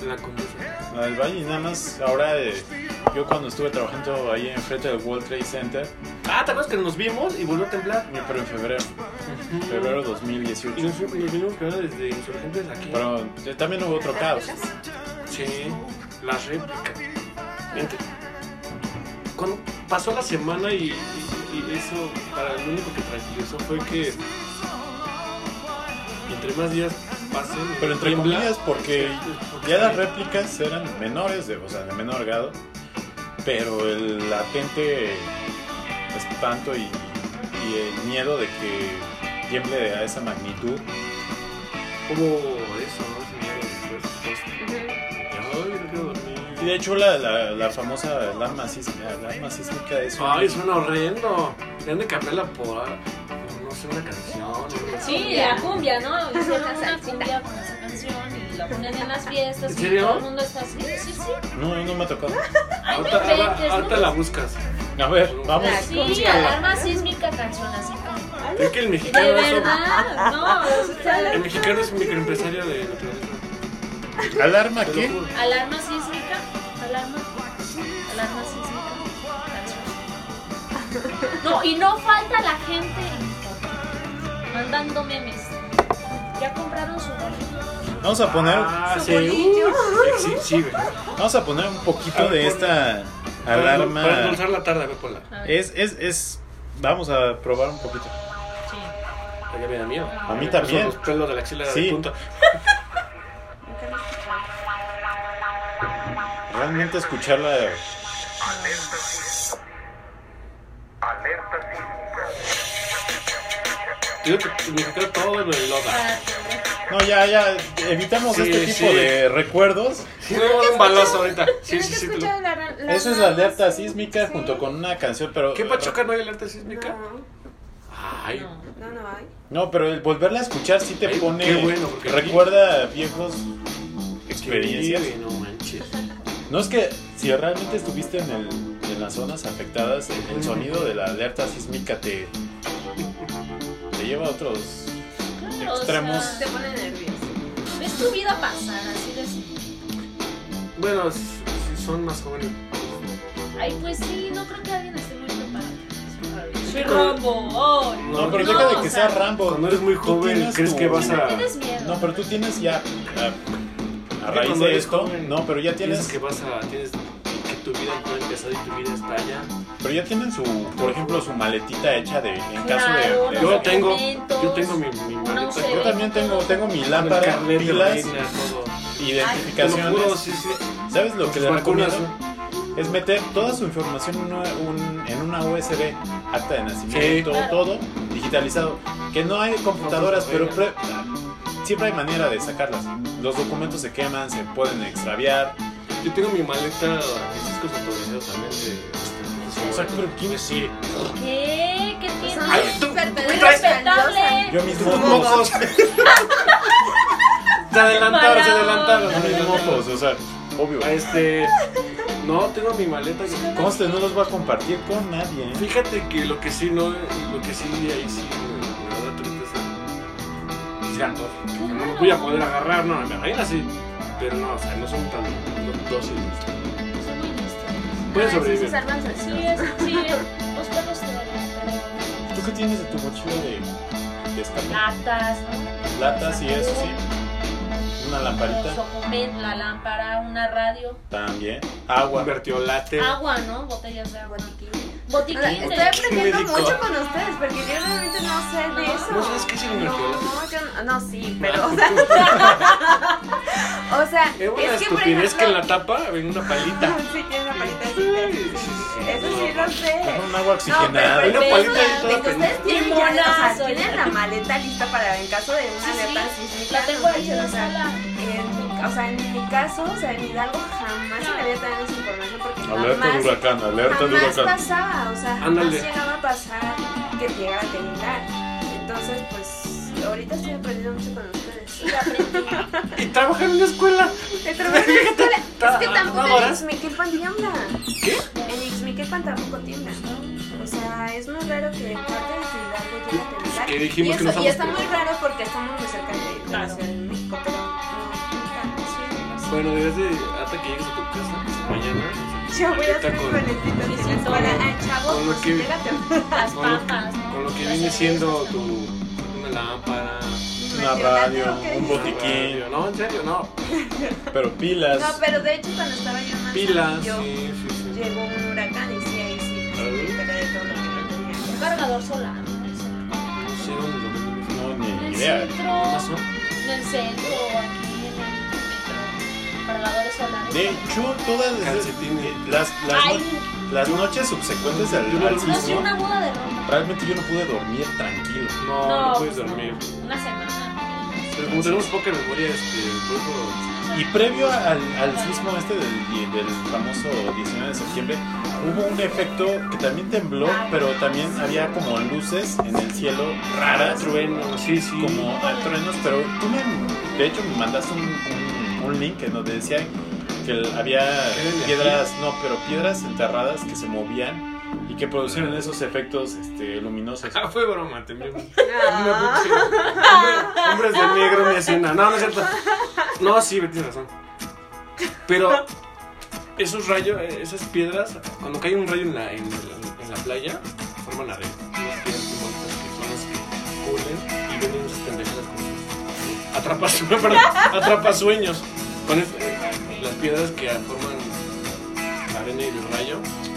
B: En la condesa.
A: La del Valle, y nada más ahora eh, yo cuando estuve trabajando ahí enfrente del World Trade Center,
B: Ah, ¿te acuerdas que nos vimos y volvió a temblar?
A: eh, pero en febrero, febrero 2018.
B: Y nos, nos vinimos que era desde Insurgentes aquí.
A: Pero eh, también hubo otro caos.
B: Sí, la réplica. Vente. Cuando pasó la semana y, y- y eso, para lo único que tranquilizó fue que entre más días pasen,
A: Pero entre
B: tiembla,
A: comillas, porque ya las réplicas eran menores, de, o sea, de menor grado, pero el latente espanto y, y el miedo de que tiemble a esa magnitud,
B: Hubo eso, ¿no? Ese miedo después, después. Ay, no quiero dormir.
A: y de hecho la, la, la famosa alarma sísmica, alarma sísmica es un-
B: Ay, suena horrendo. Deben de cambiarla por, no sé, una canción. o algo así.
D: Sí, la cumbia, ¿no? Hicieron una
C: Salsita.
D: cumbia con esa canción y la ponen en las fiestas.
B: ¿En
D: y
B: serio?
D: Todo el mundo está así. Sí, sí.
A: No, no me ha tocado.
D: Ay, no
B: Ahorita, ahora-
D: inventes,
B: ahorita
D: ¿no?
B: la buscas.
A: A ver, vamos.
C: La
D: Sí,
C: cumbia.
D: alarma sísmica canción así.
B: Es que el
D: De
B: mexicano es,
D: verdad, no. o sea,
B: el mexicano es un microempresario de naturaleza.
A: ¿Alarma
B: Te lo
A: qué?
B: juro.
D: Alarma sísmica, alarma, alarma sísmica, canción. No, y no falta la gente mandando memes. Ya compraron su bolillo.
A: Vamos a poner,
B: Ah, sí.
C: bolillo.
B: Uh, sí, sí, güey.
A: vamos a poner un
B: A
A: poquito
B: ver,
A: de
B: pon-
A: esta
B: Para- Para
A: alarma.
B: endulzar la tarde, a ver, ponla.
D: A ver,
A: Es, es, es. Vamos a probar un poquito.
D: sí.
B: Allá viene a mí. A
A: mí también.
B: Los pelos de la axila
A: Sí.
B: de punta.
A: Realmente escucharla.
B: Yo creo que el mexicano todo lo enloda.
D: Para que-
A: No, ya, ya. Evitamos
B: Sí,
A: este tipo
B: sí.
A: de recuerdos.
B: Sí, me voy a dar un balazo ahorita. Sí,
C: Creo
B: sí,
C: que
B: sí. te lo-
C: escucho la, la-
A: Eso es la alerta sísmica junto con una canción, pero.
B: ¿Qué pachuca no hay alerta sísmica?
C: No,
B: Ay.
D: no.
C: no, no hay.
A: No, pero el volverla a escuchar sí te
B: Ay,
A: pone.
B: qué bueno, porque-
A: recuerda viejos experiencias.
B: Sí, no manches.
A: No es que si realmente estuviste en, el, en las zonas afectadas, el, el sonido de la alerta sísmica te, te lleva a otros
D: o
A: Extremos.
D: sea,
C: Te pone nervioso.
D: ves tu vida pasar así de
B: Bueno, si, si son más jóvenes.
D: Ay, pues sí, no creo que alguien esté muy preparado.
B: Sí,
D: Soy Rambo, oh,
A: No, pero
D: no,
A: deja de
D: o
A: que
D: sea,
A: sea Rambo.
B: Cuando eres muy
A: Tú
B: joven,
A: tienes
B: crees
A: tu-
B: que vas a.
D: Tienes miedo.
A: No, pero tú tienes ya. a- A,
B: Porque
A: raíz
B: cuando
A: de
B: eres
A: esto,
B: joven,
A: no, pero ya
B: Tienes
A: tienes.
B: que vas a. Tienes que tu vida no ha empezado y tu vida está allá.
A: Pero ya tienen su, por ejemplo, su maletita hecha de. En caso
D: Claro,
A: de. de-
B: Yo
D: Los
B: tengo.
D: documentos,
B: Yo tengo mi, mi
D: una
B: maleta
D: USB.
A: yo también tengo, tengo mi
B: con el
A: lámpara,
B: carnet de la
A: pilas,
B: reina, todo. Te lo
A: identificaciones.
B: juro, sí, sí.
A: ¿Sabes lo que
B: Sus
A: les
B: vacunas,
A: recomiendo? Es meter toda su información en una, un- en una USB, acta de nacimiento,
D: Sí.
A: todo digitalizado. Que no hay computadoras,
B: No,
A: pero
B: pues,
A: pre- siempre hay manera de sacarlas. Los documentos se queman, se pueden extraviar.
B: Yo tengo mi maleta de discos autorizados también de.
A: O sea, pero ¿quién es?
B: Sí.
D: ¿Qué? ¿Qué
C: Son
B: Ay,
D: tienes?
B: tú-
C: pertenencias
B: tú traes-
D: Respetable.
A: Yo mis
B: Tus
A: mocos.
B: mocos. se adelantaron, se adelantaron.
A: No, mis mocos, o sea, obvio.
B: Este. No, tengo mi maleta. que-
A: Conste, no los voy a compartir con nadie. ¿eh?
B: Fíjate que lo que sí no, lo que sí ahí sí me, me da tristeza. Sí, a todos. No los voy a poder agarrar, no, me imagino así. Pero no, o sea, no son tan dó- dóciles.
D: Son muy listos.
B: Pueden
C: A veces se
B: sobrevivir.
C: salvan sus
D: Sí, es, sí, es. Los perros te van
A: ¿Tú qué tienes de tu mochila de, de esta
D: Ah, Latas, ¿no?
A: lata? Sí, eso sí. Una
D: Los
A: lamparita
D: documentos, la lámpara, una radio.
A: también. Agua.
B: Convertió late.
C: Ah.
D: Agua, ¿no? Botellas de agua.
C: Botiquín. Ah,
D: Botiquín.
C: O sea,
D: de-
C: Estoy aprendiendo
B: médico.
C: mucho con ustedes porque yo realmente no sé de eso.
B: ¿No sabes qué es el mertiolate?
C: No, yo no, no, sí, pero, o sea, o sea,
B: Es una
C: es que por
B: estupidez que en
C: ejemplo,
B: la tapa ven una palita.
C: sí tiene una palita así,
B: Sí, sí, sí.
C: eso sí lo sé.
A: Con un agua oxigenada.
C: pues
A: pues,
B: Hay una
D: pero-
B: palita ahí toda
C: Porque ustedes
B: pendeja.
C: tienen, ya, o
D: Limonazo,
C: sea, tienen la maleta lista para en caso de una
D: Sí, sí.
C: alerta sísmica,
D: La tengo
C: no
D: ahí
C: manches,
D: en la
C: o sea,
D: sala.
C: en mi- O sea, en mi caso, o sea, en Hidalgo jamás se me había traído esa información porque
A: Alerta de
C: jamás
A: huracán, alerta de
C: jamás
A: huracán.
C: pasaba, o sea, jamás
B: Ándale.
C: llegaba a pasar que llegara a terminar. Entonces, pues, ahorita estoy aprendiendo mucho con ustedes.
B: Y trabaja en una escuela.
C: El trabajo en la escuela. Es que tampoco en
B: Ahora.
C: Ixmiquilpan tiembla. ¿Qué? En Ixmiquilpan tampoco tiembla. O sea, es muy raro que en parte de Hidalgo llegue a temblar.
B: pues, que dijimos
C: y,
B: que no
C: eso-
B: estamos
C: y está muy
B: preparados.
C: raro porque estamos muy cerca de, de la
D: Claro.
C: Ciudad de México, pero no. no,
B: Bueno, desde hasta que llegues a tu casa, pues, mañana.
C: Yo voy a
B: maleta
C: hacer mi
B: con-
C: maletita de la escuela. Ah, chavos,
B: con lo
C: por si
B: que-
C: llega a temblar.
D: Las
B: con lo,
D: papas, ¿no?
B: con lo que
D: Las
B: viene
D: cervezas,
B: siendo
D: ¿no?
B: tu una lámpara,
A: Una radio, un
B: una
A: botiquín,
B: radio. No, en serio, no.
A: pero pilas.
C: No, pero de hecho cuando estaba yo más
B: Pilas,
C: yo
B: sí, sí, sí.
C: llegó un huracán y sí, ahí sí, me recuperé de todo lo que no
D: Un
C: tenía.
D: cargador solar. ¿no?
B: No sé dónde lo venden.
A: No,
D: En
A: ni
D: el
A: idea.
D: centro,
B: Amazon.
D: en el centro, aquí en el metro. Cargadores solares.
A: De hecho, todas las,
B: Calcetines.
A: las, las
D: Ay,
A: no- las noches subsecuentes al,
B: Yo no
A: al
B: lo-
D: no es
A: sismo,
D: una boda de ropa.
A: realmente yo no pude dormir tranquilo.
B: No, no, puedes
D: pues
B: dormir.
D: Una semana.
B: Pero como tenemos poca memoria, este, por eso
A: Y previo al, al sismo este del, del famoso 19 de septiembre, hubo un efecto que también tembló, pero también había como luces en el cielo raras,
B: trueno, sí, sí.
A: como eh, truenos, pero tú me, de hecho me mandaste un, un- un link en donde decía que el- había
B: ¿Eran de
A: piedras, no, pero piedras enterradas que se movían y que producían esos efectos este, luminosos.
B: Ah, fue broma, te miento.
C: Ah.
B: Hombre- Hombres de negro, mi escena. No, no es cierto. No, sí, tienes razón. Pero esos rayos, eh, esas piedras, cuando cae un rayo en la, en, en- en la playa, forman arena. Unas piedras muy bonitas que son las que cubren y venden esas pendejadas como atrapa, sue- perdón, atrapa sueños. Con es- eh, las piedras que forman la arena y el rayo, pues,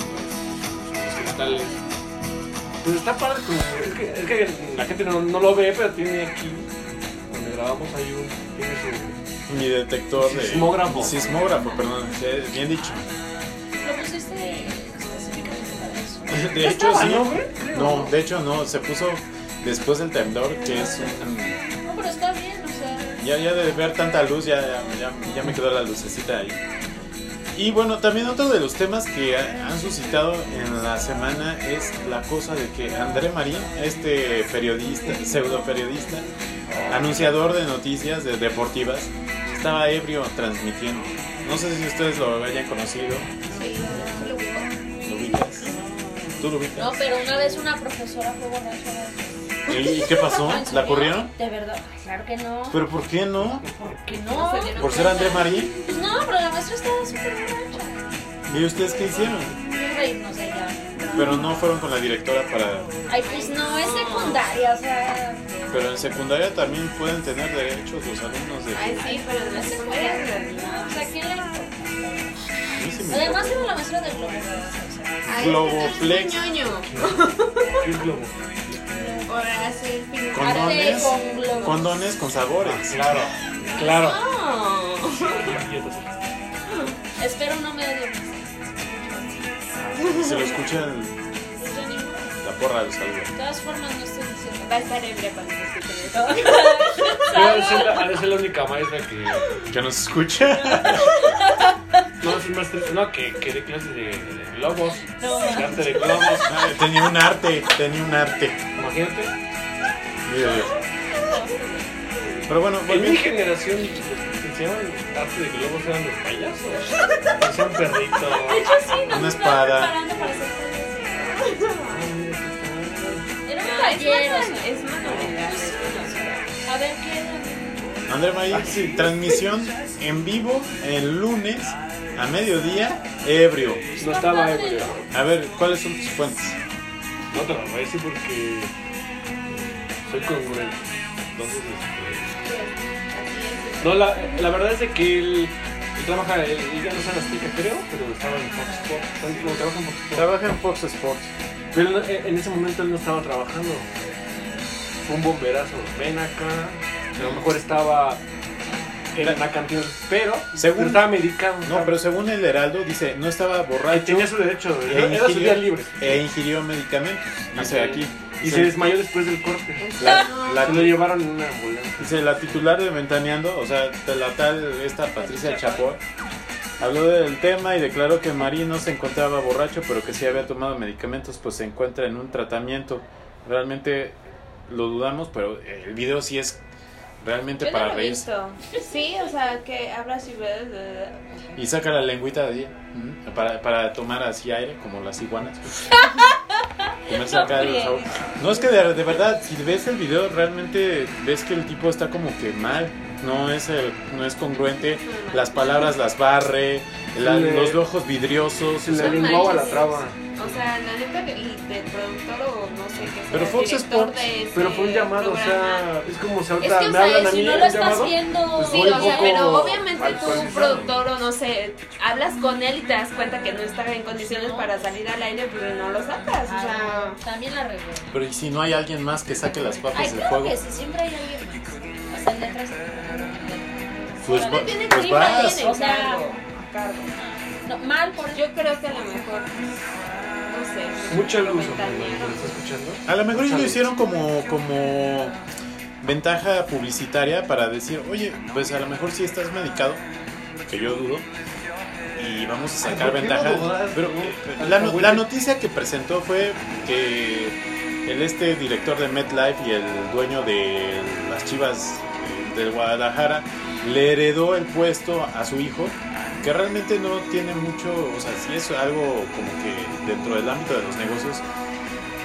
B: los cristales. Pues está padre, como- es, que, es que la gente no, no lo ve, pero tiene aquí, donde grabamos hay un, tiene su...
A: Mi detector de...
B: Sismógrafo.
A: mi Sismógrafo, perdón, eh, bien dicho.
D: Lo pusiste específicamente para eso.
A: De hecho,
B: estaba,
A: sí.
B: ¿no, güey? Creo.
A: No, de hecho no, se puso después del temblor, que es... mm,
D: No, pero está bien, o sea.
A: Ya, ya de ver tanta luz, ya, ya, ya- ya me quedó la lucecita ahí. Y bueno, también otro de los temas que ha- han suscitado en la semana es la cosa de que André Marín, este periodista, pseudo periodista, anunciador de noticias de deportivas, estaba ebrio transmitiendo. No sé si ustedes lo hayan conocido,
D: lo ubico.
A: lo ubicas. ¿Tú lo ubicas?
D: No, pero una vez una profesora fue borracha.
A: ¿Y qué pasó? ¿La corrieron?
D: De verdad, claro que no.
A: ¿Pero por qué no?
D: ¿Por qué no?
A: ¿Por ser André Marín?
D: Pues no, pero la maestra estaba súper borracha.
A: ¿Y ustedes qué hicieron?
D: Y reírnos de ella.
A: Pero no fueron con la directora para...
D: Ay, pues no, es secundaria, o sea.
A: Pero en secundaria también pueden tener derechos los alumnos de...
C: Ay, sí, pero no se puede.
D: O sea, ¿quién le importa?
A: A mí sí me-
D: Además era la maestra del globo. o sea,
C: Ay, pues,
A: Globoflex.
C: es ñoño.
B: ¿Qué globo?
C: Ahora hacer fin.
D: Arte
A: ¿Condones?
D: con globo.
A: Condones con sabores.
B: Claro, claro.
C: No.
D: Espero no me odien. más.
A: Se lo escuchan
D: Pues ya ni modo.
A: la porra del saludo.
D: De todas formas, no estoy diciendo.
C: Va a estar ebria cuando se escuchen esto.
B: Ha de ser la- ha de ser la única maestra que.
A: ¿Que nos escucha?
B: No, sí, maestra. No, que, que dé clases de, de globos.
D: No,
B: de arte de globos.
A: Ay, Ah, tenía un arte, tenía un arte.
B: Imagínate.
A: Mira, mira. Pero bueno,
B: En mi
A: volviendo-
B: generación, los que enseñaban arte de globos eran los payasos. Hacían perritos.
D: Ah, sí,
A: Una
D: nos estaban
A: espada.
D: preparando para hacer todo eso. Era un taller, o sea,
C: Es manualidad.
D: A ver qué era.
A: André Mayer, transmisión en vivo el lunes a mediodía, ebrio.
B: No estaba ebrio.
A: A ver, ¿cuáles son tus fuentes?
B: No te lo voy a decir porque. Soy congruente. Entonces, este. No, la, la verdad es de que él. él trabaja, él, él ya no está en Azteca, creo, pero estaba en Fox Sports. Está en- como trabaja en Fox Sports.
A: Trabaja en Fox Sports.
B: Pero no- en en ese momento él no estaba trabajando. Fue un bomberazo. Ven acá. A lo mejor estaba en la cantina. Pero,
A: Según-
B: pero estaba medicado.
A: No, pero según el Heraldo dice, no estaba
B: Ahí
A: borracho
B: tenía su derecho.
A: e
B: Era, era su
A: ingirió-
B: día libre.
A: e ingirió medicamentos. Dice aquí.
B: Y se desmayó después del corte.
A: la, la-
B: Se lo Ah, llevaron en una ambulancia.
A: dice, la titular de Ventaneando, o sea, de la tal esta Patricia Chapoy, habló del tema y declaró que Marín no se encontraba borracho, pero que sí había tomado medicamentos, pues se encuentra en un tratamiento. Realmente lo dudamos, pero el video sí es realmente
C: Yo no
A: para
C: lo he
A: reírse.
C: visto. Sí, o sea, que habla así. bla, bla, bla.
A: Y saca la lengüita de ahí, ujú, para, para tomar así aire, como las iguanas. Comerse acá el
D: friegues.
A: sabor. No, es que de, de verdad, si ves el video, realmente ves que el tipo está como que mal. No es, el- no es congruente. Las palabras las barre, la-
B: Le-
A: los ojos vidriosos.
B: Se
A: o
B: le
A: sea,
C: No
B: lenguaba la
C: manches.
B: traba.
C: O sea, la neta, que- y del productor o no sé qué.
A: Pero Fox Sports,
B: Pero fue un llamado, o sea, es como si ahorita
D: este Es que, o
B: me
D: sea,
B: hablan a
D: si
B: mí
D: no
B: un
D: lo estás
B: llamado.
D: viendo-
B: pues
D: Sí,
C: Sí,
B: voy
C: o
B: un
C: sea,
B: poco
C: pero obviamente tú, un
B: alcoholizado.
C: productor o no sé, hablas con él y te das cuenta que no está en condiciones para salir al aire, pero no lo sacas. O sea,
D: También la regó.
A: Pero ¿y si no hay alguien más que saque las
D: Ay,
A: papas del
D: claro
A: juego?
D: que sí, siempre hay alguien más. Hasta en letras.
A: Pues,
D: Órale.
A: va-
C: tiene que
A: pues
C: ir a
A: vas.
D: alguien.
C: o sea, a cargo.
D: No, mal por yo.
C: Yo creo que a lo mejor, no sé.
B: Mucha luz,
C: lo ventanearon.
B: ¿me estás escuchando?
A: A lo mejor ellos lo
B: Chale.
A: hicieron como, como ventaja publicitaria para decir, oye, pues a lo mejor sí estás medicado, que yo dudo, y vamos a sacar
B: ¿por qué
A: ventaja.
B: no dudas,
A: Pero eh,
B: no?
A: la, no- la noticia que presentó fue que el este director de MetLife y el dueño de las Chivas eh, del Guadalajara le heredó el puesto a su hijo que realmente no tiene mucho, o sea, si es algo como que dentro del ámbito de los negocios,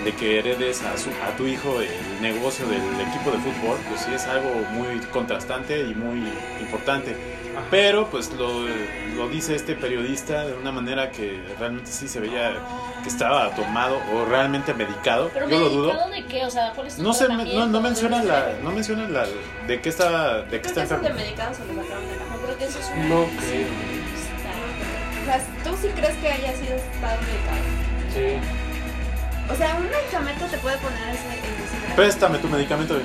A: de que heredes a, su- a tu hijo el negocio del equipo de fútbol, pues sí es algo muy contrastante y muy importante. Pero pues lo, lo dice este periodista de una manera que realmente sí se veía que estaba tomado o realmente medicado,
D: Pero
A: yo lo
D: medicado
A: dudo.
D: de qué? O sea, ¿cuál es tu
A: No, se,
D: tratamiento?
A: no, no menciona la, no menciona la, de qué está, de qué está
C: Creo que esos de
A: enfermo.
C: medicados se los sacaron de la mano.
D: Creo que eso es una
B: No
D: cosa.
B: creo.
C: O sea, ¿tú sí crees que haya sido estado medicado?
B: Sí.
C: O sea, un medicamento te puede poner ese en ese grado.
A: Préstame tu medicamento.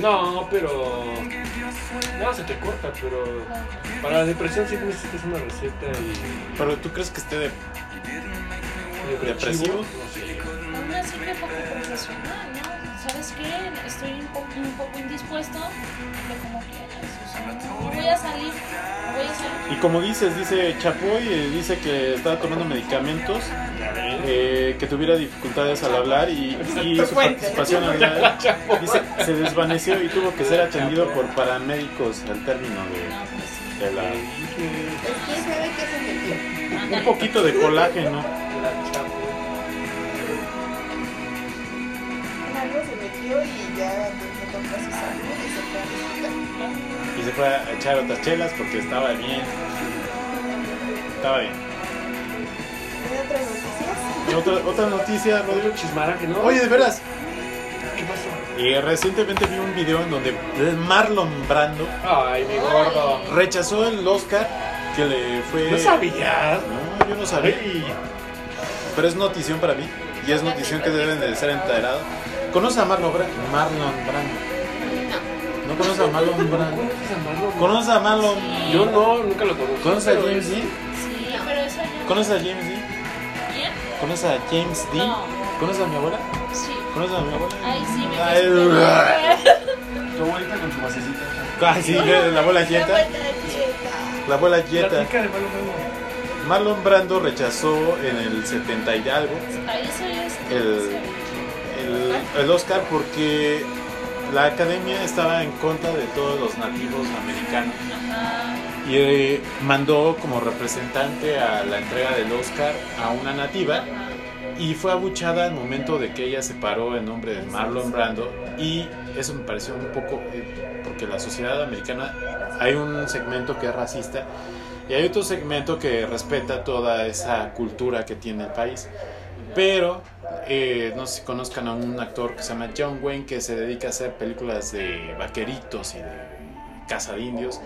B: No, pero. No, se te corta, pero. Para la depresión sí necesitas una receta y.
A: Pero tú crees que esté de ¿Depresivo?
B: depresivo. No sé.
D: Aún así que poco profesional, ¿no? ¿Sabes qué? Estoy un, po- un poco indispuesto, pero como quieras. O sea, no voy a salir, no voy a
A: Y
D: salir.
A: como dices, dice Chapoy, eh, dice que estaba tomando medicamentos, eh, que tuviera dificultades al hablar y, y su participación en la- dice, se desvaneció y tuvo que ser atendido por paramédicos al término
D: No,
A: de,
D: pues sí.
A: de la...
C: Pues, ¿Quién sabe qué se metió?
A: Un
D: ándale.
A: poquito de colágeno.
E: metió y ya tocó su salud y se fue a disfrutar.
A: Y se fue a echar otras chelas porque estaba bien. Estaba bien.
E: ¿Tiene otras noticias?
A: Y otra, otra noticia, Rodrigo.
B: Chismaraje, ¿no?
A: Oye, de veras.
B: ¿qué pasó?
A: Y recientemente vi un video en donde Marlon Brando
B: Ay, mi gordo.
A: rechazó el Oscar que le fue.
B: No sabías.
A: No, yo no sabía.
B: Ay,
A: Pero es notición para mí. Y es notición que deben de ser enterados. ¿Conoces a Marlon Brando? Marlon Brando. No. ¿No conoces a Marlon Brando? ¿Conoces a Marlon?
B: Yo no, nunca lo conozco.
A: ¿Conoces a
B: pero
A: James Dean?
D: Sí, pero eso ya.
A: ¿Conoces a James Dean?
D: ¿Quién?
A: ¿Conoces a James Dean?
D: No.
A: ¿Conoces a mi abuela?
D: Sí.
A: ¿Conoces a mi abuela?
D: Ay, sí, me
A: Ay,
B: Tu abuelita con su basecita.
A: Ah, sí, la abuela
E: La
A: Yeta.
E: vuelta de dieta.
A: La abuela Yeta.
B: Platica de Marlon Brando.
A: Marlon Brando rechazó en el 70 y algo
D: Ahí eso ya es.
A: El- el, el Oscar porque la academia estaba en contra de todos los nativos americanos
D: Ajá.
A: y eh, mandó como representante a la entrega del Oscar a una nativa y fue abuchada al momento de que ella se paró en nombre de Marlon Brando y eso me pareció un poco eh, porque la sociedad americana hay un segmento que es racista y hay otro segmento que respeta toda esa cultura que tiene el país pero eh, no sé si conozcan a un actor que se llama John Wayne que se dedica a hacer películas de vaqueritos y de caza de indios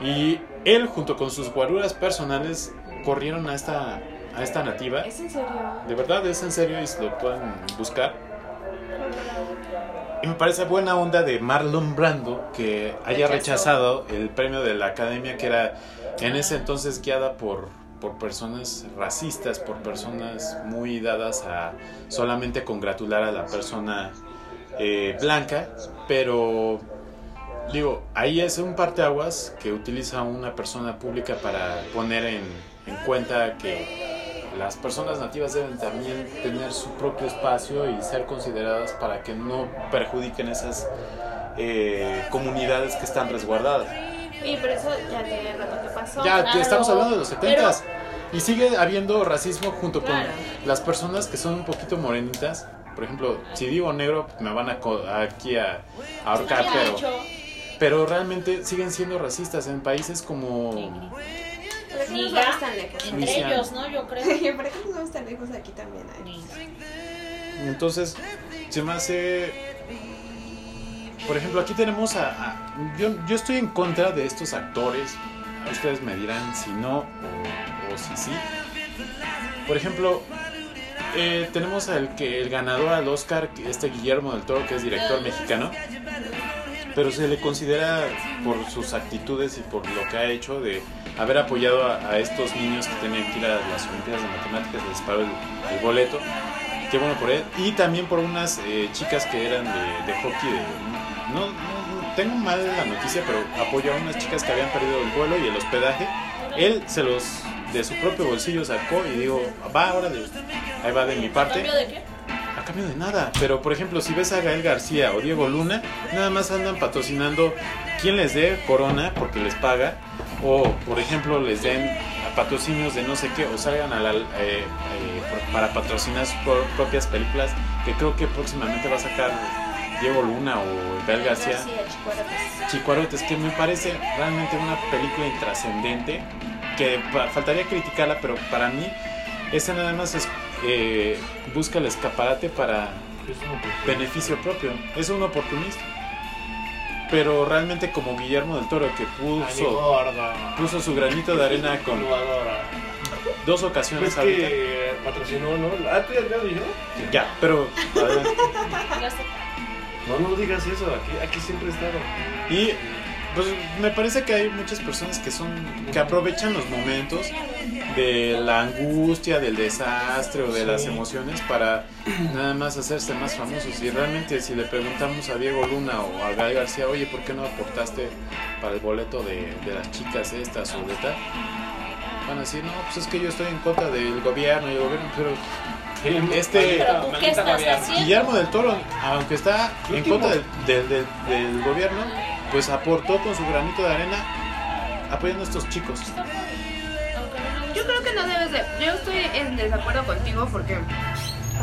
A: y él junto con sus guaruras personales corrieron a esta a esta nativa
C: ¿Es en serio?
A: de verdad, es en serio y se lo pueden buscar. Y me parece buena onda de Marlon Brando que haya
D: Rechazó.
A: rechazado el premio de la academia que era en ese entonces guiada por, por personas racistas, por personas muy dadas a solamente congratular a la persona eh, blanca, pero digo, ahí es un parteaguas que utiliza una persona pública para poner en, en cuenta que las personas nativas deben también tener su propio espacio y ser consideradas para que no perjudiquen esas eh, comunidades que están resguardadas.
C: Oye, pero eso ya tiene rato que pasó.
A: Ya
D: claro.
A: te estamos hablando de los 70 y sigue habiendo racismo junto
D: Claro.
A: con las personas que son un poquito morenitas. Por ejemplo, si digo negro, me van a co- aquí a, a ahorcar,
D: Ya,
A: pero
D: hecho.
A: pero realmente siguen siendo racistas en países como
C: Pero es que
D: Ni
C: nos
D: ya.
C: vamos tan lejos.
D: Entre
A: Luisiana.
D: ellos, ¿no? Yo creo.
C: Oye, ¿Por qué nos vamos tan lejos aquí también? Ay,
A: entonces se me hace por ejemplo aquí tenemos a, a- yo, yo estoy en contra de estos actores ustedes me dirán si no o, o si sí por ejemplo eh, tenemos al que el ganador al Oscar que este Guillermo del Toro que es director mexicano pero se le considera por sus actitudes y por lo que ha hecho de haber apoyado a, a estos niños que tenían que ir a las Olimpiadas de Matemáticas, les paró el, el boleto. Qué bueno por él. Y también por unas eh, chicas que eran de, de hockey. De, no, no- no- tengo mal la noticia, pero apoyó a unas chicas que habían perdido el vuelo y el hospedaje. Él se los de su propio bolsillo sacó y digo, va, órale, ahí va de mi parte
D: ¿Cambio de qué?
A: a cambio de nada. Pero por ejemplo, si ves a Gael García o Diego Luna, nada más andan patrocinando quien les dé corona porque les paga, o por ejemplo, les den a patrocinios de no sé qué, o salgan a la- eh, eh, por- para patrocinar sus pro- propias películas, que creo que próximamente va a sacar Diego Luna o Gael García. Chicuarotes, que me parece realmente una película intrascendente, que pa- faltaría criticarla, pero para mí esa nada más es, eh, busca el escaparate para
B: Es un oportuno.
A: beneficio propio, es un oportunista. Pero realmente como Guillermo del Toro que
B: Ay, mi
A: puso,
B: gordo.
A: puso su granito de arena con
B: Lo adora.
A: dos ocasiones
B: Pues Es
A: ahorita.
B: Pues que patrocinó, ¿no? Ah, tú ya lo dijo.
A: Ya, pero adelante.
D: Gasto.
B: No, no digas eso. Aquí, aquí siempre he estado.
A: Y pues me parece que hay muchas personas que son que aprovechan los momentos de la angustia, del desastre o de las
B: Sí.
A: emociones para nada más hacerse más famosos. Y realmente si le preguntamos a Diego Luna o a Gael García, oye, ¿por qué no aportaste para el boleto de, de las chicas estas o de tal? Van a decir, no, pues es que yo estoy en contra del gobierno y el gobierno, pero Este-
D: Pero tú qué estás haciendo?
A: Guillermo del Toro, aunque está en contra del, del- del- del gobierno, pues aportó con su granito de arena apoyando a estos chicos.
D: Aunque no me guste.
C: Yo creo que no debes de. Yo estoy en desacuerdo contigo porque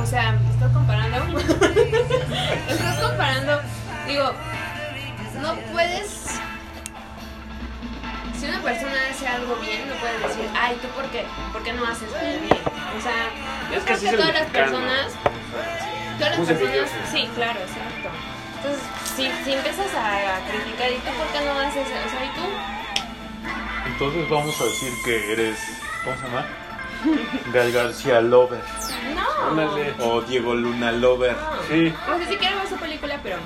C: O sea, estás comparando. estás comparando. Digo, no puedes. Si una persona hace algo bien, no puedes decir, ay, tú por qué, ¿por qué no haces algo bien? O sea, yo
B: Es que
C: creo
B: así
C: que
B: es el
C: todas las
B: mexicano.
C: personas. Todas las
B: Muy
C: personas.
B: envidioso.
C: Sí, claro, exacto. Entonces, si, si empiezas a criticar, ¿y tú por qué no haces? O sea, ¿y tú?
A: Entonces vamos a decir que eres. ¿Cómo se llama? Gal García Lover.
C: No.
B: Ándale.
A: O Diego Luna Lover.
C: No.
B: Sí.
C: O sea, si quiero ver su película, pero.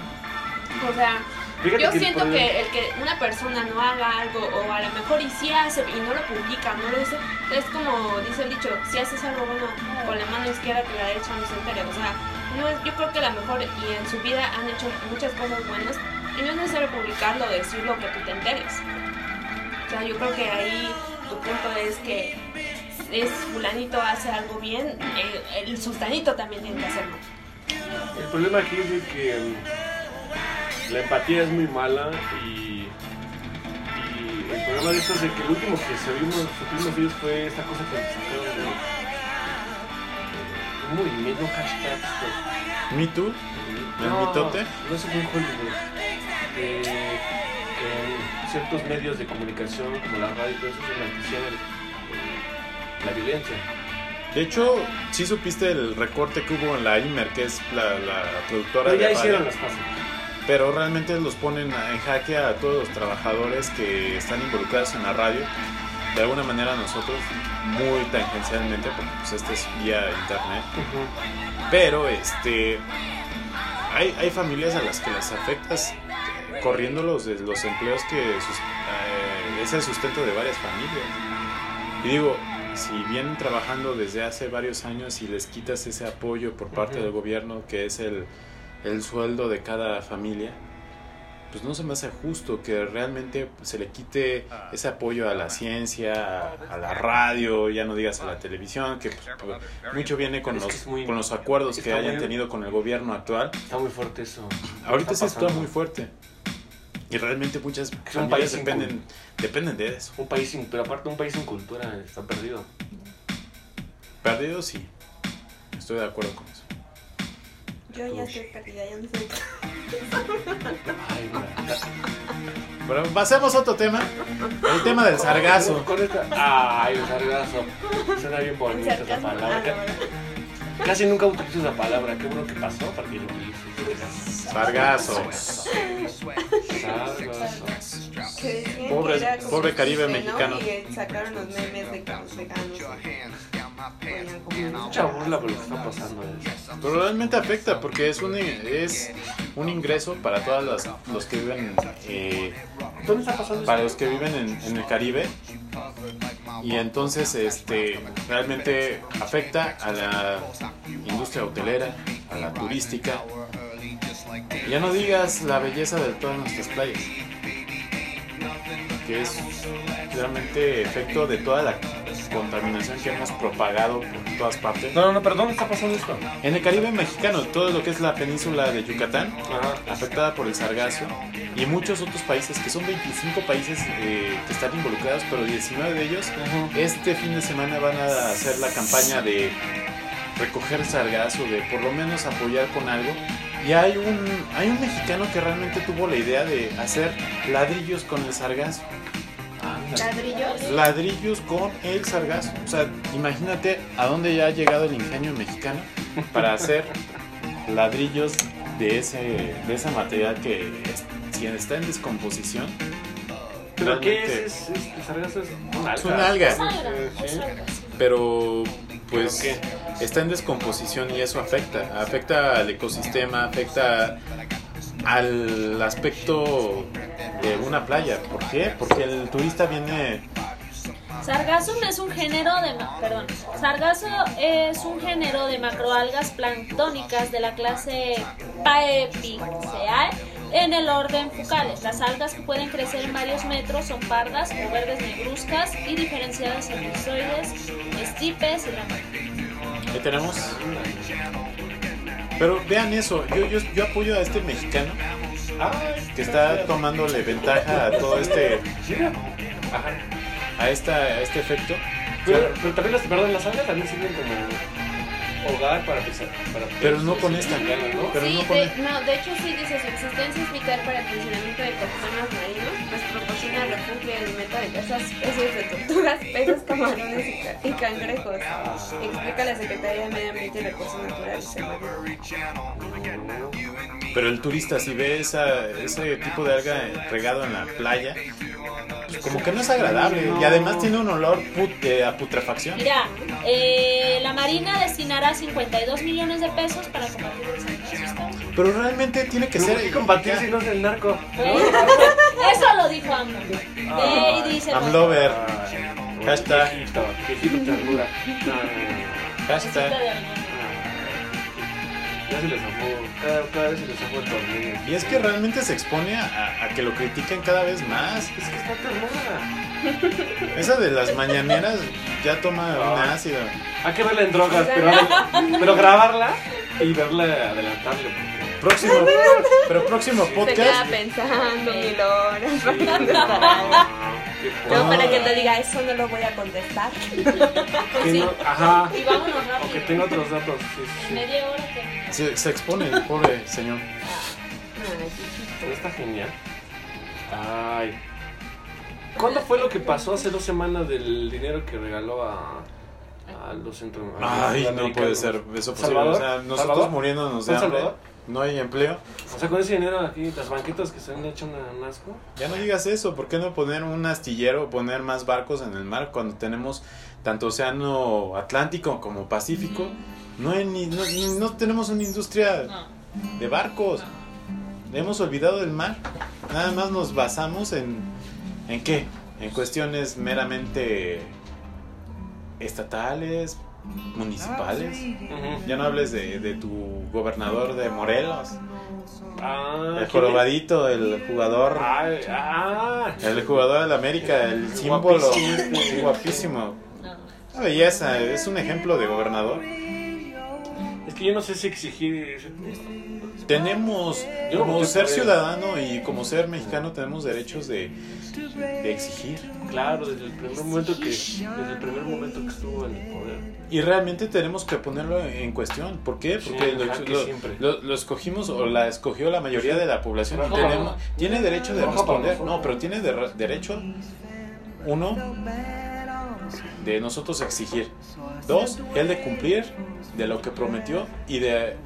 C: O sea,
B: Fíjate
C: yo
B: que
C: siento
B: por-
C: que el que una persona no haga algo, o a lo mejor y si hace y no lo publica, no lo dice, es como dice el dicho: si haces algo bueno con la mano izquierda, con la derecha no se entera. O sea, no es- yo creo que a lo mejor y en su vida han hecho muchas cosas buenas y no es necesario publicarlo o decirlo que tú te enteres. O sea, yo creo que ahí tu punto es que es fulanito hace algo bien, eh, el, sustanito también tiene que hacerlo.
B: El problema aquí es de que mm, la empatía es muy mala y, y el problema de esto es de que el último que subimos, supimos ellos fue esta cosa que sacaron de eh, un movimiento hashtag. esto.
A: ¿Me Too? ¿El mitote?
B: No, eso fue en Hollywood. Que, que ciertos medios de comunicación como la radio y todo eso se la, la violencia.
A: De hecho, sí supiste el recorte que hubo en la Imer, que es la, la productora
B: Pero
A: de
B: ya
A: radio.
B: hicieron las pasos.
A: Pero realmente los ponen a- en jaque a todos los trabajadores que están involucrados en la radio. De alguna manera nosotros, muy tangencialmente, porque pues este es vía internet. Pero este hay, hay familias a las que las afectas eh, corriendo los, los empleos que sus- eh, es el sustento de varias familias. Y digo, si vienen trabajando desde hace varios años y les quitas ese apoyo por parte
B: Ujú.
A: del gobierno que es el, el sueldo de cada familia, pues no se me hace justo que realmente se le quite ese apoyo a la ciencia, a, a la radio, ya no digas a la televisión, que pues, pues, mucho viene con
B: Es que
A: los,
B: es muy-
A: con los acuerdos que
B: está
A: hayan
B: muy-
A: tenido con el gobierno actual.
B: Está muy fuerte eso.
A: Ahorita sí está
B: pasando.
A: muy fuerte. Y realmente muchas
B: Es un
A: familias
B: país sin
A: dependen, dependen de eso.
B: Un país sin, pero aparte un país sin cultura está perdido.
A: Perdidos sí. Estoy de acuerdo con eso.
C: Yo ya estoy perdida, ya no sé.
B: Ay, mira.
A: Pero pasemos a otro tema. El tema del sargazo.
B: Con esta- Ay, el sargazo. Suena bien
C: Un
B: bonita esa
C: sarcasmo. Ah,
B: palabra. Ca- Casi nunca utilizo esa palabra. Qué bueno que pasó para que lo utilices.
A: Sargazos.
B: Sargazo.
C: no. Que decían
B: Pobre-
C: que era como
A: pobre
C: un
A: Caribe
C: chiste, ¿no?
A: mexicano.
C: Y eh, sacaron los memes de que los veganos ponían como-
B: Mucha burla por lo que está pasando. eh.
A: Pero realmente afecta porque es un, es un ingreso para todas las los que viven eh,
B: ¿Dónde está pasando
A: para
B: esto?
A: los que viven en, en el Caribe y entonces este realmente afecta a la industria hotelera, a la turística. Y Ya no digas la belleza de todas nuestras playas, que es realmente efecto de toda la contaminación que hemos propagado por todas partes.
B: No, no, no, perdón, está pasando esto.
A: En el Caribe mexicano, todo lo que es la península de Yucatán,
B: Ajá.
A: afectada por el sargazo, y muchos otros países, que son 25 países eh, que están involucrados, pero 19 de ellos, este fin de semana van a hacer la campaña de recoger sargazo, de por lo menos apoyar con algo. Y hay un, hay un mexicano que realmente tuvo la idea de hacer ladrillos con el sargazo.
C: Ladrillos.
A: Ladrillos con el sargazo. O sea, imagínate a dónde ya ha llegado el ingenio mexicano para hacer ladrillos de ese de esa material que es- si está en descomposición.
B: ¿Pero qué es?
A: realmente-
B: es, es- el sargazo es un alga.
A: Es un alga.
D: Es alga, es
B: Sí.
D: alga.
A: Pero pues
B: ¿Pero
A: está en descomposición y eso afecta. Afecta al ecosistema, afecta al aspecto de una playa. ¿Por qué? Porque el turista viene
D: Sargazo es un género de ma- perdón, sargazo es un género de macroalgas planctónicas de la clase Paepiceae en el orden Fucales. Las algas que pueden crecer en varios metros son pardas o verdes negruzcas y diferenciadas en rizoides, estipes y ramas.
A: Ahí tenemos. Pero vean eso, yo, yo, yo apoyo a este mexicano
B: Ay,
A: que está tomándole ventaja a todo este,
B: mira. Ajá.
A: a, esta, a este efecto.
B: Pero, pero también las, perdón, las algas también sirven como hogar para pensar. Para
A: Pero no con esta.
B: ¿no?
A: Pero
C: sí,
A: no
C: de,
A: pone-
C: no, de hecho sí dice su existencia es vital para el funcionamiento de ecosistemas marinos, pues proporciona refugio y alimento de diversas especies de tortugas, peces, camarones y, ca- y cangrejos, explica la Secretaría de Medio Ambiente y Recursos Naturales.
A: Pero el turista si ve esa, ese tipo de alga regado en la playa, pues como que no es agradable. Y además tiene un olor put- de- a putrefacción.
D: Mira, eh, la Marina destinará 52 millones de pesos para combatir el desabasto.
A: Pero realmente tiene que
B: Pero
A: ser...
B: ¿por qué combatir si no es el narco?
D: Eso lo dijo AMLO.
B: Ah,
D: Ve y dice,
A: I'm
D: pues,
A: lover.
B: Ay,
A: Hashtag.
B: viejito, viejito ternura. No, no, no,
D: cosita
A: Hashtag.
D: de algodón.
B: no. Ya se les zafó, cada, cada vez se les zafó el tornillo.
A: Y es que realmente se expone a, a que lo critiquen cada vez más.
B: Es que está ternura.
A: Esa de las mañaneras ya toma un
B: Ah.
A: ácido.
B: Hay que verla en drogas, pero, pero grabarla y verla adelantarle. porque-
A: Próximo, pero próximo
C: Se queda
A: podcast.
C: pensando mil
A: Ah.
C: horas.
B: Qué
C: No,
B: poca-
C: para que te diga, eso no lo voy a contestar.
B: que no- Ajá.
D: Y vámonos
B: O que
D: rápido.
B: tenga otros datos. sí, sí, sí.
D: Media hora que...
A: Se, se expone el pobre señor.
B: Pero está genial. Ay. ¿Cuándo fue lo que pasó hace dos semanas del dinero que regaló a, a los centros? a los
A: Ay, no
B: sudamericanos?
A: puede ser eso posible.
B: ¿Salvador?
A: O sea, nosotros
B: ¿Salvador?
A: muriéndonos de
B: ¿Un
A: hambre.
B: Salvador?
A: No hay empleo.
B: O sea, con ese dinero aquí, las banquetas que se han hecho un asco.
A: Ya no digas eso. ¿Por qué no poner un astillero o poner más barcos en el mar cuando tenemos tanto océano Atlántico como Pacífico? No, hay ni, no, ni- no tenemos una industria
D: No.
A: de barcos. Hemos olvidado del mar. Nada más nos basamos en. ¿En qué? En cuestiones meramente estatales,
B: Ah,
A: municipales. Ya no hables de, de tu gobernador de Morelos,
B: Ah,
A: el
B: ¿quién-
A: jorobadito, el jugador,
B: Ay, ah,
A: el jugador del América, el símbolo
B: Guapísimo este.
A: guapísimo.
D: No.
A: Una belleza, es un ejemplo de gobernador.
B: Es que yo no sé si exigir. ese-
A: tenemos
B: Yo no
A: como
B: voté
A: ser
B: por él.
A: ciudadano y como ser mexicano tenemos derechos de, de exigir
B: Claro, desde el primer momento que, desde el primer momento que estuvo en el poder.
A: y realmente tenemos que ponerlo en cuestión ¿por qué?
B: Sí,
A: porque lo,
B: ajá, que
A: lo-
B: siempre.
A: lo- lo escogimos o la escogió la mayoría de la población y
B: Ajá.
A: tenemos tiene derecho de
B: Ajá, para
A: responder
B: nosotros.
A: no pero tiene de- derecho uno de nosotros exigir dos el de cumplir de lo que prometió y de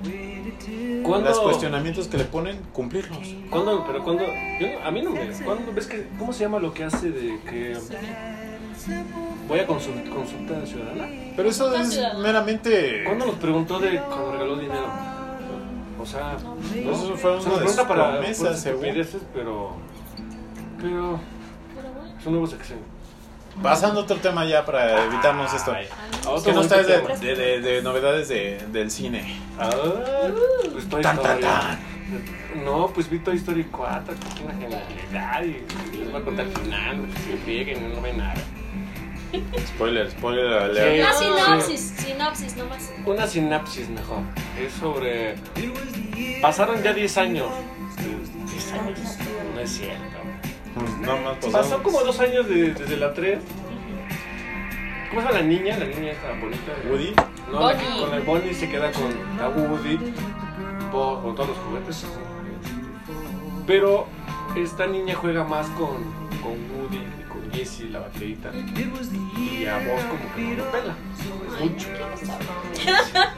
B: ¿Cuándo?
A: los cuestionamientos que le ponen cumplirlos
B: ¿Cuándo? Pero cuando. a mí no me. ¿Cuándo ves que. ¿Cómo se llama lo que hace de que. Voy a consul- consulta ciudadana?
A: Pero eso es meramente.
B: ¿Cuándo nos preguntó de cuando regaló dinero? O sea, ¿no?
A: Eso fue
B: O sea,
A: una
B: nos
A: de
B: pregunta
A: sus
B: para
A: promesas,
B: puras
A: según.
B: estupideces, pero. Pero.
D: Pero bueno,
B: Es un nuevo sexenio.
A: Pasando a otro tema ya para evitarnos esto.
B: Ay,
D: al
B: a
D: menos-
A: Es que no
B: bonito
A: está de,
B: tema.
A: de- de- de novedades de- del cine.
B: Ah, pues Toy
A: Tan, tan,
B: Story. No, pues vi Toy Story 4, que es una genialidad. Y les voy a contar el final, que se peguen, no ve nada.
A: Spoiler, spoiler
B: alert.
D: Una
B: Sí.
D: sinopsis, sinopsis nomás.
B: Una sinapsis mejor. Es sobre. Pasaron ya 10 años. 10 años. No es cierto.
A: No más
B: Pasó como dos años de- desde la 3. ¿Cómo se llama la niña? La niña esta bonita.
A: Woody.
B: No, la que-
D: Bonnie.
B: con el Bonnie se queda con la Woody. po- con todos los juguetes. Pero esta niña juega más con, con Woody y con Jessie, la baterita. Y a vos como que no le pela. Mucho.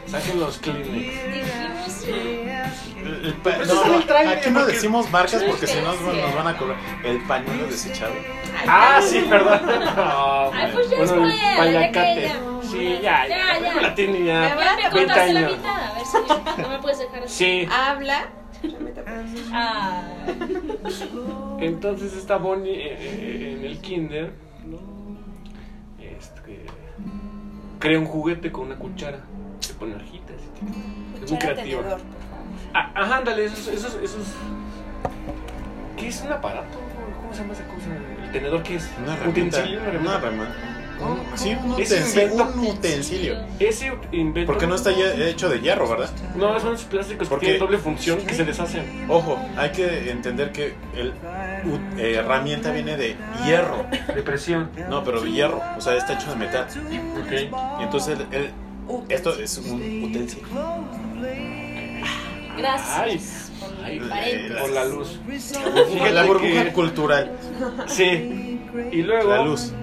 B: Saquen los Kleenex.
D: Dijimos,
A: El pa-
B: Pero
A: no,
B: eso es el tráiler,
A: aquí no
B: porque-
A: decimos marcas porque si no nos van- nos van a cobrar. El pañuelo desechado.
B: Ah, sí, perdón. No,
D: Ay, pues ya
B: bueno, el
D: spoiler, ya que
B: payacate.
D: ya.
B: Sí, ya,
D: Ya,
B: ya.
D: ya.
B: La tiene ya.
D: ya me
B: 20
D: contaste la
B: años.
D: mitad, a ver si no me puedes dejar así.
B: Sí.
C: Habla.
D: Ah,
B: Entonces está Bonnie eh, eh, en el kinder. Este, crea un juguete con una cuchara. Se pone hojitas. Es muy creativa. Ah, ajá, ándale, esos, esos, esos. ¿Qué es un aparato? ¿Cómo se llama esa cosa? ¿El tenedor qué es?
A: Una
B: ¿Un
A: herramienta.
B: utensilio? ¿Una
A: Una
B: herramienta?
A: herramienta. Sí, un
B: Ese
A: utensilio.
B: invento.
A: Un utensilio.
B: Ese invento.
A: Porque no está ye- hecho de hierro, ¿verdad?
B: No, son esos plásticos que
A: Porque-
B: tienen doble función que se deshacen.
A: Ojo, hay que entender que el ut- eh, herramienta viene de hierro.
B: Depresión.
A: No, pero de hierro. O sea, está hecho de metal.
B: Ok.
A: Y entonces el, el Esto es un utensilio.
B: Ay,
D: Gracias.
B: ay,
D: Paréntesis.
B: por la luz.
A: La
B: Fíjate
A: burbuja
B: que-
A: cultural.
B: Sí. Y luego.
A: La luz.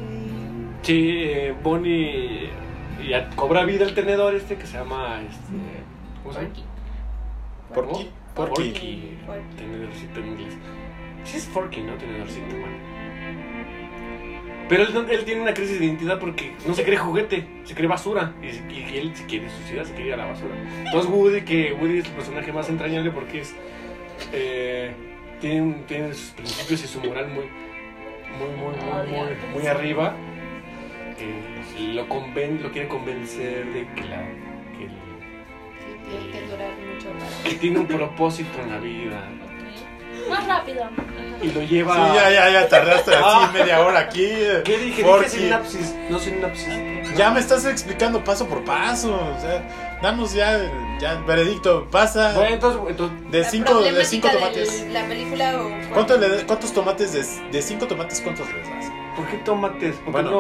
B: Sí, eh, Bonnie ya cobra vida el tenedor este que se llama. Este, ¿Cómo se llama?
D: Porky.
A: Porky.
B: Porky.
A: Porky.
C: Porky.
B: Tenedorcito en inglés. Sí, es Forky, ¿no? Tenedorcito, bueno. Pero él, no- él tiene una crisis de identidad porque no se cree juguete, se cree basura. Y, se- y él se quiere suicidar, se quiere ir a la basura. Entonces Woody, que Woody es el personaje más entrañable porque es. eh, tiene, un- tiene sus principios y su moral muy, muy, muy, muy, muy, muy arriba. Eh, lo, conven, lo quiere convencer de que, la, que,
C: Tiene que durar mucho
B: que tiene un propósito en la vida.
D: Ok. Más rápido. Ajá.
B: Y lo
A: Sí,
B: lleva.
A: ya, ya, ya tardaste
B: Ah.
A: así media hora aquí.
B: ¿Qué dije?
A: Porky.
B: Dije sinapsis, no sinapsis.
A: Ya me estás explicando paso por paso. O sea, damos ya, ya el veredicto. Pasa
B: Bueno, entonces, entonces
A: de cinco, de cinco tomates.
C: La película o.
A: ¿Cuánto le da- ¿Cuántos tomates de, de cinco tomates cuántos les das?
B: ¿por qué tomates? ¿Por qué
A: Bueno,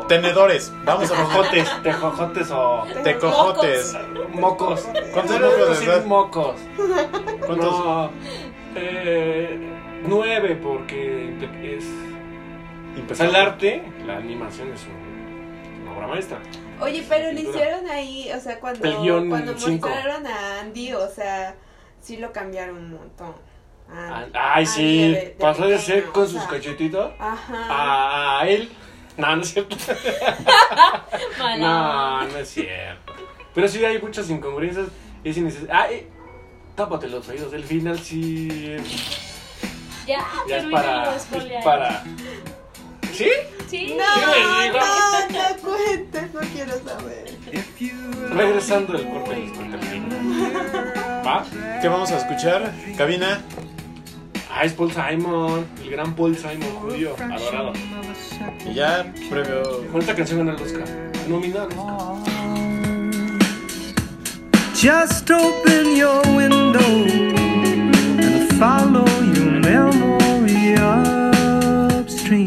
B: no
A: Tenedores, vamos a los
B: tejojotes, tejojotes o
A: tecojotes.
B: mocos?
A: ¿Cuántos
B: No, no,
A: mocos
B: no,
A: les
B: sí,
A: das?
B: mocos.
A: ¿Cuántos?
B: No, eh, nueve porque es
A: Empezamos.
B: el arte, la animación es un- una obra maestra.
C: Oye, pero lo hicieron ahí, o sea, cuando,
B: El guión
C: cuando
B: cinco.
C: mostraron a Andy, o sea, sí lo cambiaron un montón. A Andy.
B: Ah, Ay,
C: Ay,
B: sí,
C: de- de
B: pasó de ser
C: pequeño,
B: con
C: o
B: sus
C: sea.
B: cachetitos
A: Ah,
C: Ajá.
B: a a él. No, no es cierto.
C: Ah,
D: Mala.
B: No, no es cierto. Pero sí hay muchas incongruencias. Es innecesario. Ah, eh, tápate los oídos. El final sí. es-
D: Ya,
B: Ya es
D: termina
B: para.
D: de spoilear.
B: Es para. ¿Sí?
D: Sí.
B: les
C: No,
B: digo.
C: no, no cuentes, no quiero saber.
B: Regresando del corte, les cuento el final. ¿Va?
A: ¿Qué vamos a escuchar? Cabina.
B: Ah, es Paul Simon. El gran Paul Simon, judío, adorado.
A: Y ya, previo.
B: Con esta canción ganó el Oscar. Nominado.
G: Just open your window and follow your memory upstream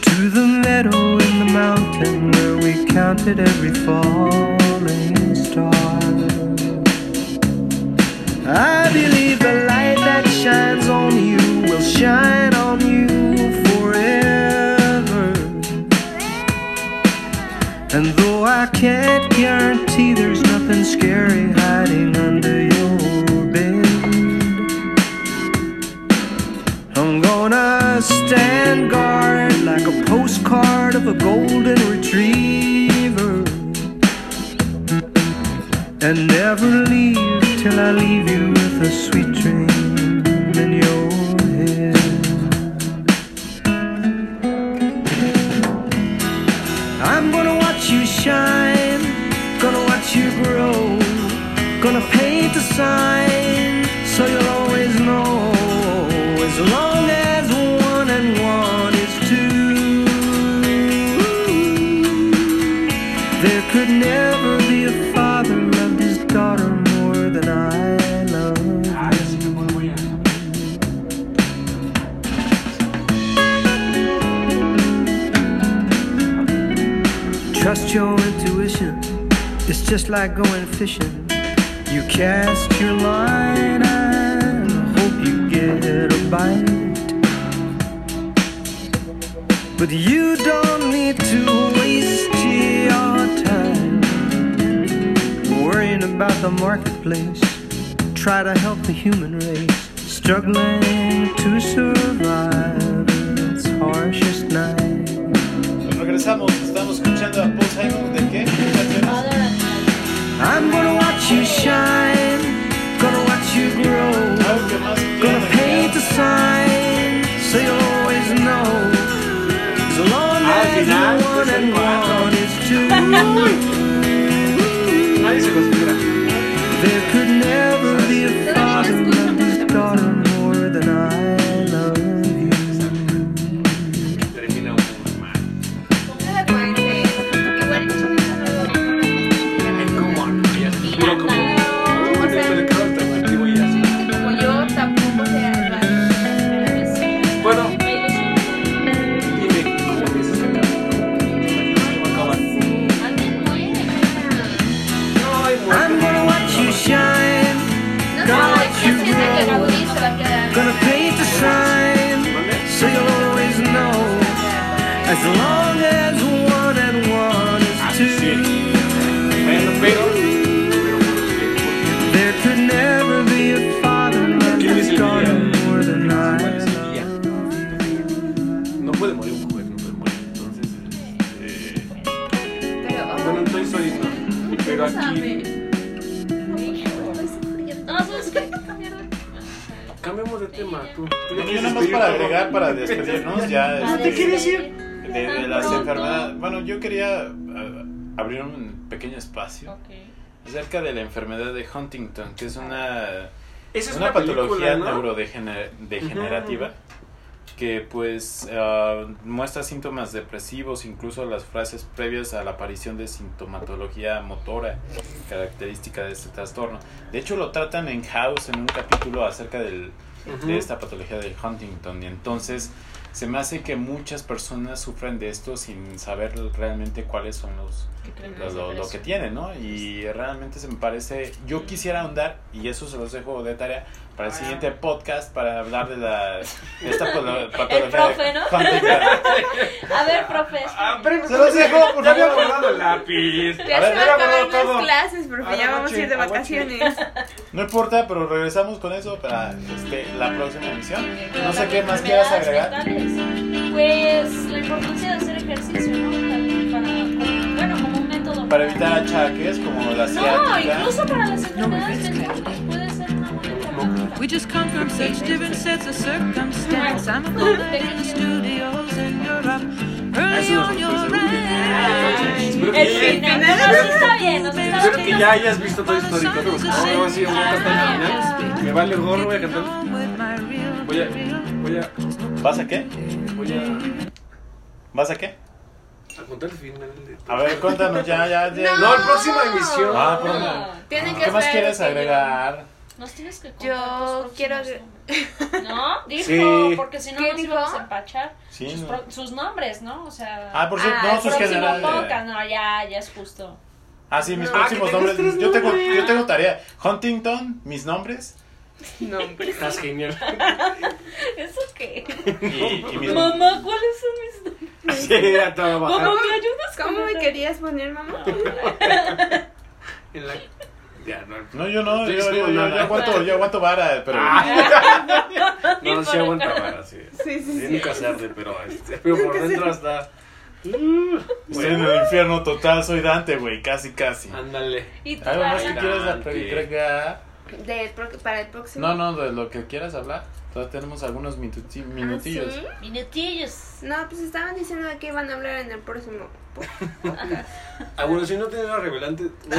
G: to the meadow in the mountain where we counted every falling star. I believe the light that shines on you will shine on you forever. And though I can't guarantee there's nothing scary hiding under your bed, I'm gonna stand guard like a postcard of a golden retriever. And never leave till I leave you with a sweet dream in your head. I'm gonna watch you shine, gonna watch you grow, gonna paint a sign so you'll always know. As long as one and one is two, there could never be a father loved his daughter more than I love.
B: Ah, sí, no voy a.
G: Trust your intuition. It's just like going fishing. You cast your line and hope you get a bite. But you don't need to waste your time worrying about the marketplace. Try to help the human race struggling to survive its harshest night.
A: Regresamos, estamos escuchando a Paul Simon de qué? ¿Qué canciones?
D: Father and Child.
G: I'm gonna watch you shine, gonna watch you grow,
A: Algo que más
G: gonna paint a
A: quieran.
G: sign so you'll always know. As long
B: Al
G: as
B: final,
G: one
B: pues, el
G: and
B: cuatro.
G: one is two,
B: Nadie se considera.
G: there could never be a father love his daughter more than I love you.
B: Termina un mal. Come on. Ya se mira como. como en el mercado alternativo y así. Bueno,
D: Me ilusiona.
B: dime, ¿cómo piensas que acaba? ¿Cómo acaba?
D: Alguien
G: long as one and one
B: Ah,
G: is
B: sí.
G: two.
B: Bueno, pero. pero ¿por
G: There could never be a father that
B: ¿Quién es
G: has
B: el
G: gone
B: día?
G: more than I
B: ¿Cuál es el
G: love.
B: día? No puede morir un juez, no puede morir. Entonces, eh,
C: Pero, oh,
B: bueno, Toy Story no. Pero aquí cambiamos de tema. Tú.
A: Bueno, yo nada más para agregar, para despedirnos, ya.
D: Para
A: este,
D: despedirnos.
A: De, de las
D: Pronto.
A: enfermedades. Bueno, yo quería ah, abrir un pequeño espacio
D: Ok.
A: acerca de la enfermedad de Huntington, que es una,
B: Esa es
A: una
B: una,
A: patología
B: película, ¿no?
A: neurodegenerativa que pues ah, muestra síntomas depresivos, incluso las frases previas a la aparición de sintomatología motora característica de este trastorno. De hecho, lo tratan en House en un capítulo acerca del,
B: Ujú.
A: de este esta patología del Huntington. Y entonces se me hace que muchas personas sufren de esto sin saber realmente cuáles son los lo, lo- lo que tienen, ¿no? Y realmente se me parece, yo quisiera ahondar, y eso se los dejo de tarea para el siguiente podcast, para hablar de la de esta polo- patología de
D: profe, ¿no?
A: Huntington.
D: A ver, profe.
B: Ah, pero
A: Se los dejo, por
B: ya había
A: favor.
B: guardado el lápiz.
C: Ya
A: A ver,
C: se van
A: mira,
C: a acabar
A: todo. Ah,
C: las clases porque ya
B: Anoche,
C: vamos a ir de
B: anoche.
C: vacaciones.
A: No importa, pero regresamos con eso para este, la próxima emisión. No sé
D: Las
A: qué más quieras
D: enfermedades
A: agregar.
D: mentales. Pues la importancia de hacer ejercicio, ¿no? También para, como- bueno, como un método.
A: Para evitar achaques como la
D: No,
A: ciática.
D: incluso para las
B: pues,
D: enfermedades mentales puede ser una buena herramienta.
F: We just come from such different sets of circumstance. I'm a woman in the studios in Europe.
B: Ah,
F: Early
B: Eso
F: on
B: nos gustó,
F: your
B: seguro que-
F: eyes.
B: Espero que
D: El
B: ya-
D: final, no, sí está bien, nos está
B: Espero que ya
D: bien.
B: hayas visto Toy Story. Creo que no, no, sí, voy a cantar al final. Me vale gorro, voy a cantar. Voy a. Voy a.
A: ¿Vas a qué?
B: Voy a.
A: ¿Vas a qué?
B: A contar el final de
A: A ver, cuéntanos ya, ya, ya.
B: No, la próxima emisión.
A: Ah, perdón.
D: No,
C: Tienen que
A: ¿Qué más
C: esperar
A: quieres
C: que yo-
A: agregar?
D: Nos tienes que contar
C: Yo
D: tus
C: quiero
D: próximos nombres. ¿No? Dijo,
B: Sí.
D: porque si no
C: ¿Qué
D: nos íbamos
C: dijo?
D: a empachar.
A: Sí,
D: sus,
A: no.
D: pro- sus nombres, ¿no? O sea.
A: Ah, por cierto,
C: Ah,
A: no,
C: el
A: sus
D: próximo
A: generales.
D: podcast. No, ya, ya es justo.
A: Ah, sí, mis
C: Ah,
A: próximos
B: que tengas
A: nombres.
B: tres
A: Yo tengo,
B: nombres.
A: yo tengo tarea. Huntington, mis nombres
C: Nombres.
B: Estás genial.
D: ¿Eso qué?
A: y, y mis
D: Mamá, ¿cuáles son mis nombres?
B: Sí, a toda
A: Ah.
D: Mamá,
B: bajar.
D: ¿me ayudas? con
C: ¿Cómo me
D: eso?
C: querías poner, mamá?
B: En la... Ya, no.
A: No, yo no, yo,
B: Estoy
A: yo, yo,
B: seguro,
A: yo
B: no.
A: aguanto, yo aguanto vara, pero
C: Ah.
B: No, no se aguanta para, sí.
C: Sí, sí,
B: Sí,
C: sí.
B: nunca se arde, pero, este, pero por dentro hasta.
A: estoy en el infierno total, soy Dante, güey, casi, casi. Ah,
B: Ándale.
D: ¿Y tú,
A: ¿Algo más que
D: Alan?
A: quieras
B: Dante.
A: agregar?
C: Del pro- para el próximo.
A: ah, No, no, de lo que quieras hablar. Todavía tenemos algunos minuti- minutillos.
C: ¿sí?
D: Minutillos.
C: Ah, No, pues estaban diciendo que iban a hablar en el próximo.
B: Ah, bueno, si no tienes nada revelante, voy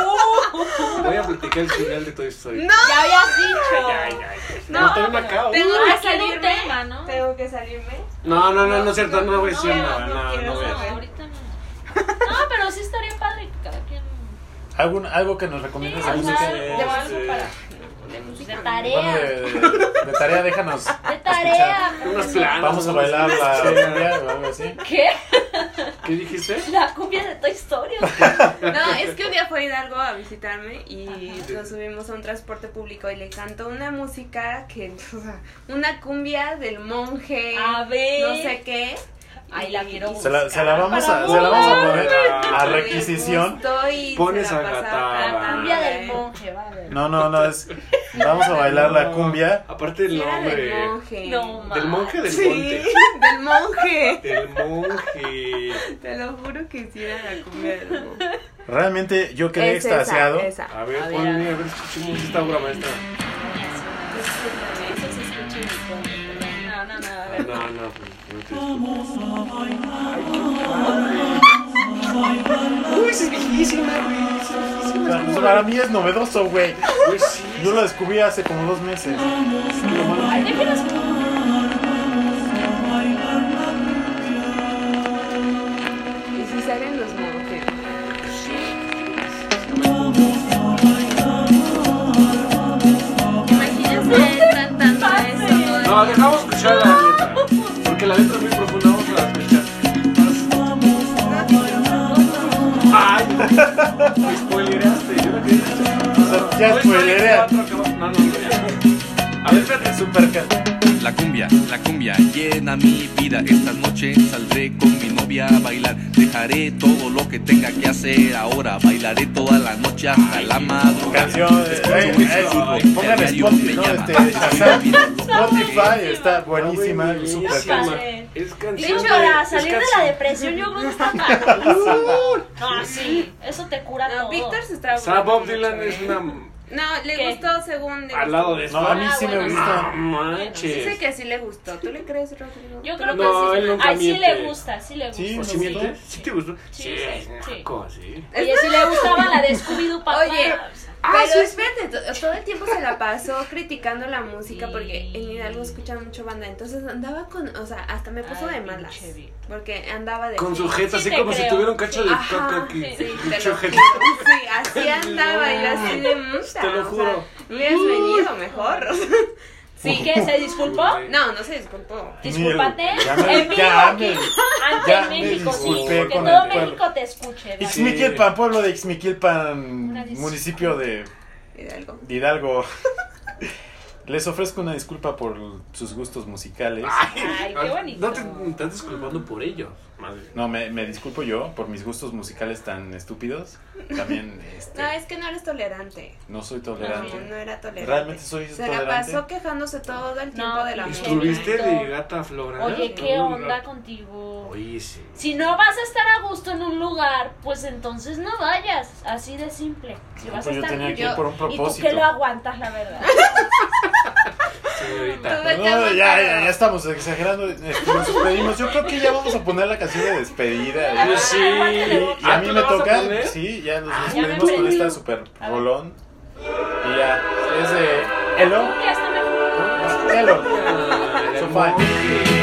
B: a- voy a platicar el final de Toy Story.
C: ¡No!
D: Ya habías dicho.
B: No, no, no,
C: Tengo
D: No,
C: que
D: aquí era un
C: salirme.
D: Ah, tema, ¿no?
C: Tengo que salirme.
B: no, no, no, no es cierto, no voy a decir
D: No,
B: nada,
C: no
B: no,
C: quiero
B: no voy a
D: No,
B: decir.
D: ahorita no. No, pero sí estaría padre que cada quien.
A: ¿Algún, algo que nos
D: Sí,
A: recomiendas
D: o
A: de
B: algo
A: música.
D: sea,
B: que-
D: o algo para. De
A: Bueno,
D: tarea.
A: de, de tarea, déjanos.
D: De tarea.
B: Unas
D: profesor.
B: planas.
A: Vamos a bailar la
B: Sí.
A: cumbia o algo así.
D: ¿Qué?
B: ¿Qué dijiste?
D: La cumbia de Toy Story.
C: No, es que un día fue Hidalgo a visitarme y nos subimos a un transporte público y le cantó una música que, o sea, una cumbia del monje,
D: A ver.
C: no sé qué.
D: Ahí la quiero
A: Se la, se la vamos
D: Para
A: a, se la vamos a
D: volar.
A: poner a
C: Me
A: requisición.
C: gustó y
B: Pones
C: se la
B: a
C: pasaba
B: Gatada.
D: La cumbia del
C: cantando, ¿eh?
D: monje, va a ver.
A: No, no, no es. Vamos a bailar la
B: No,
A: cumbia.
B: Aparte el
C: Sí, era
B: nombre.
C: del monje.
D: No, ma.
B: Del monje del
C: Sí,
B: monte.
C: del monje.
B: Del monje.
C: Te lo juro que sí era la cumbia del monje.
A: Realmente yo quedé
C: Es esa,
A: extasiado.
C: esa.
B: A ver,
D: A ver, a
B: ponle,
D: ver.
B: a ver, escuchemos esta obra maestra.
D: Eso se escucha bonito. No, no, no. a
B: Ah,
D: ver.
B: No, no, pues, no te- Uy, esa es viejísima, güey.
A: O
B: esa es viejísima,
A: sea, pues,
B: es como-
A: Para mí es novedoso, güey.
B: Güey, Pues sí,
A: Yo lo descubrí hace como dos meses.
D: Ay, déjenos.
C: Y si salen los monjes. Imagínense cantando eso.
B: No, dejamos escuchar la letra. Porque la letra es muy profunda, vamos a escuchar. Ay, me spoilereaste. Yo no quería escuchar.
A: O sea, ya
B: Toy Story
A: spoileré.
B: 4 acaba- No, no, no. ya. A ver, espérate.
A: Super ca-
H: La cumbia, la cumbia llena mi vida. Esta noche saldré con mi novia a bailar. Dejaré todo lo que tenga que hacer ahora. Bailaré toda la noche hasta la madrugada.
A: Canción, eh,
H: Escucho
A: eh,
H: mucho
A: eh,
H: fútbol,
A: pongan
H: diario
A: Spotify,
H: me
A: ¿no?
H: llama.
A: Este, Shazam. Spotify está
B: Ah,
A: buenísima,
B: güey,
A: súper
B: es
A: canción.
D: padre.
B: Es
D: De
B: canción.
D: hecho, para
B: es
D: salir de la
B: canción.
D: depresión yo creo que está padrísimo. No, sí, eso te cura
C: No,
D: todo.
C: Víctor se estaba.
B: O sea, Bob
C: burlando
B: Dylan
C: mucho,
B: es
C: ¿eh?
B: una.
C: No, le
D: ¿Qué?
C: gustó según. le
B: Al
C: gustó.
B: lado de
A: No, a mí
D: Ah,
A: sí me
D: bueno,
A: gusta.
C: Dice
B: Manches.
C: que sí le gustó. ¿Tú le crees, Rodrigo?
D: Yo
C: ¿Tú le
D: creo que
C: crees?
B: No,
D: sí.
B: él nunca
D: Ay, sí
B: miente.
D: le gusta, sí le gusta.
A: Sí,
B: ¿O si
A: me
B: miente?
A: gustó.
B: ¿Sí te gustó?
D: Sí,
B: Sí,
D: sí, sí.
B: naco, sí.
D: Oye, sí le gustaba la de Scooby-Doo papá.
C: Oye,
B: Ah,
C: Pero espérate, to- todo el tiempo se la pasó criticando la música
D: Sí.
C: porque en Hidalgo escuchaba mucho banda. Entonces andaba con, o sea, hasta me puso
D: Ay,
C: de malas.
D: pinche Víctor.
C: Porque andaba de.
B: Con su jeta,
D: Sí
B: así
D: te
B: como si
D: creo.
B: tuviera un cacho de
C: Ajá,
B: caca aquí.
C: sí, te
B: Pinche
C: lo
B: jeta.
C: juro, sí, así andaba y yo así de mucha.
B: Te lo juro.
C: hubieras venido mejor. o sea.
D: ¿Sí que se disculpó?
C: No, no se disculpó.
D: Discúlpate.
A: Ya me-
D: En vivo
A: ya
D: aquí,
A: me-
D: ante
A: ya me
D: México, sí.
A: disculpé
D: Que
A: con
D: todo
A: el pueblo.
D: México te escuche. ¿verdad?
A: Ixmiquilpan, pueblo de Ixmiquilpan,
D: Una disculpa.
A: municipio de
C: Hidalgo.
A: de Hidalgo. Les ofrezco una disculpa por sus gustos musicales.
D: Ay, qué bonito.
B: No te no te estás disculpando por ello. Madre.
A: No, me, me disculpo yo por mis gustos musicales tan estúpidos. También este,
C: No, es que no eres tolerante.
A: no soy
C: No,
A: tolerante.
C: no era tolerante.
A: Realmente soy
C: Se la
A: tolerante.
C: pasó quejándose todo el tiempo
D: No,
C: de la
D: y
C: música.
B: ¿Estuviste de
D: Perfecto.
B: gata flora?
D: Oye, ¿qué onda contigo?
B: Oye, sí.
D: Si no vas a estar a gusto en un lugar, pues entonces no vayas. Así de simple. Si
A: No,
D: vas a
A: pues yo
D: estar
A: tenía que
D: yo-
A: ir por un
D: Y tú
A: propósito.
D: que lo aguantas, la verdad.
B: Señorita.
A: No, ya, ya, ya estamos exagerando. este, nos despedimos. Yo creo que ya vamos a poner la canción de despedida.
B: Yo
A: ¿eh?
B: sí.
A: Y a
B: Ah,
A: mí
B: ¿tú
A: me
B: la vas a
A: toca,
B: poner?
A: sí, ya nos
D: ya me
A: despedimos con
D: prendí.
A: esta super
D: A ver.
A: rolón. Y ya, es de Hello,
D: Ya está mejor.
A: Hello.
B: Ah,
A: So fine.
B: hermoso.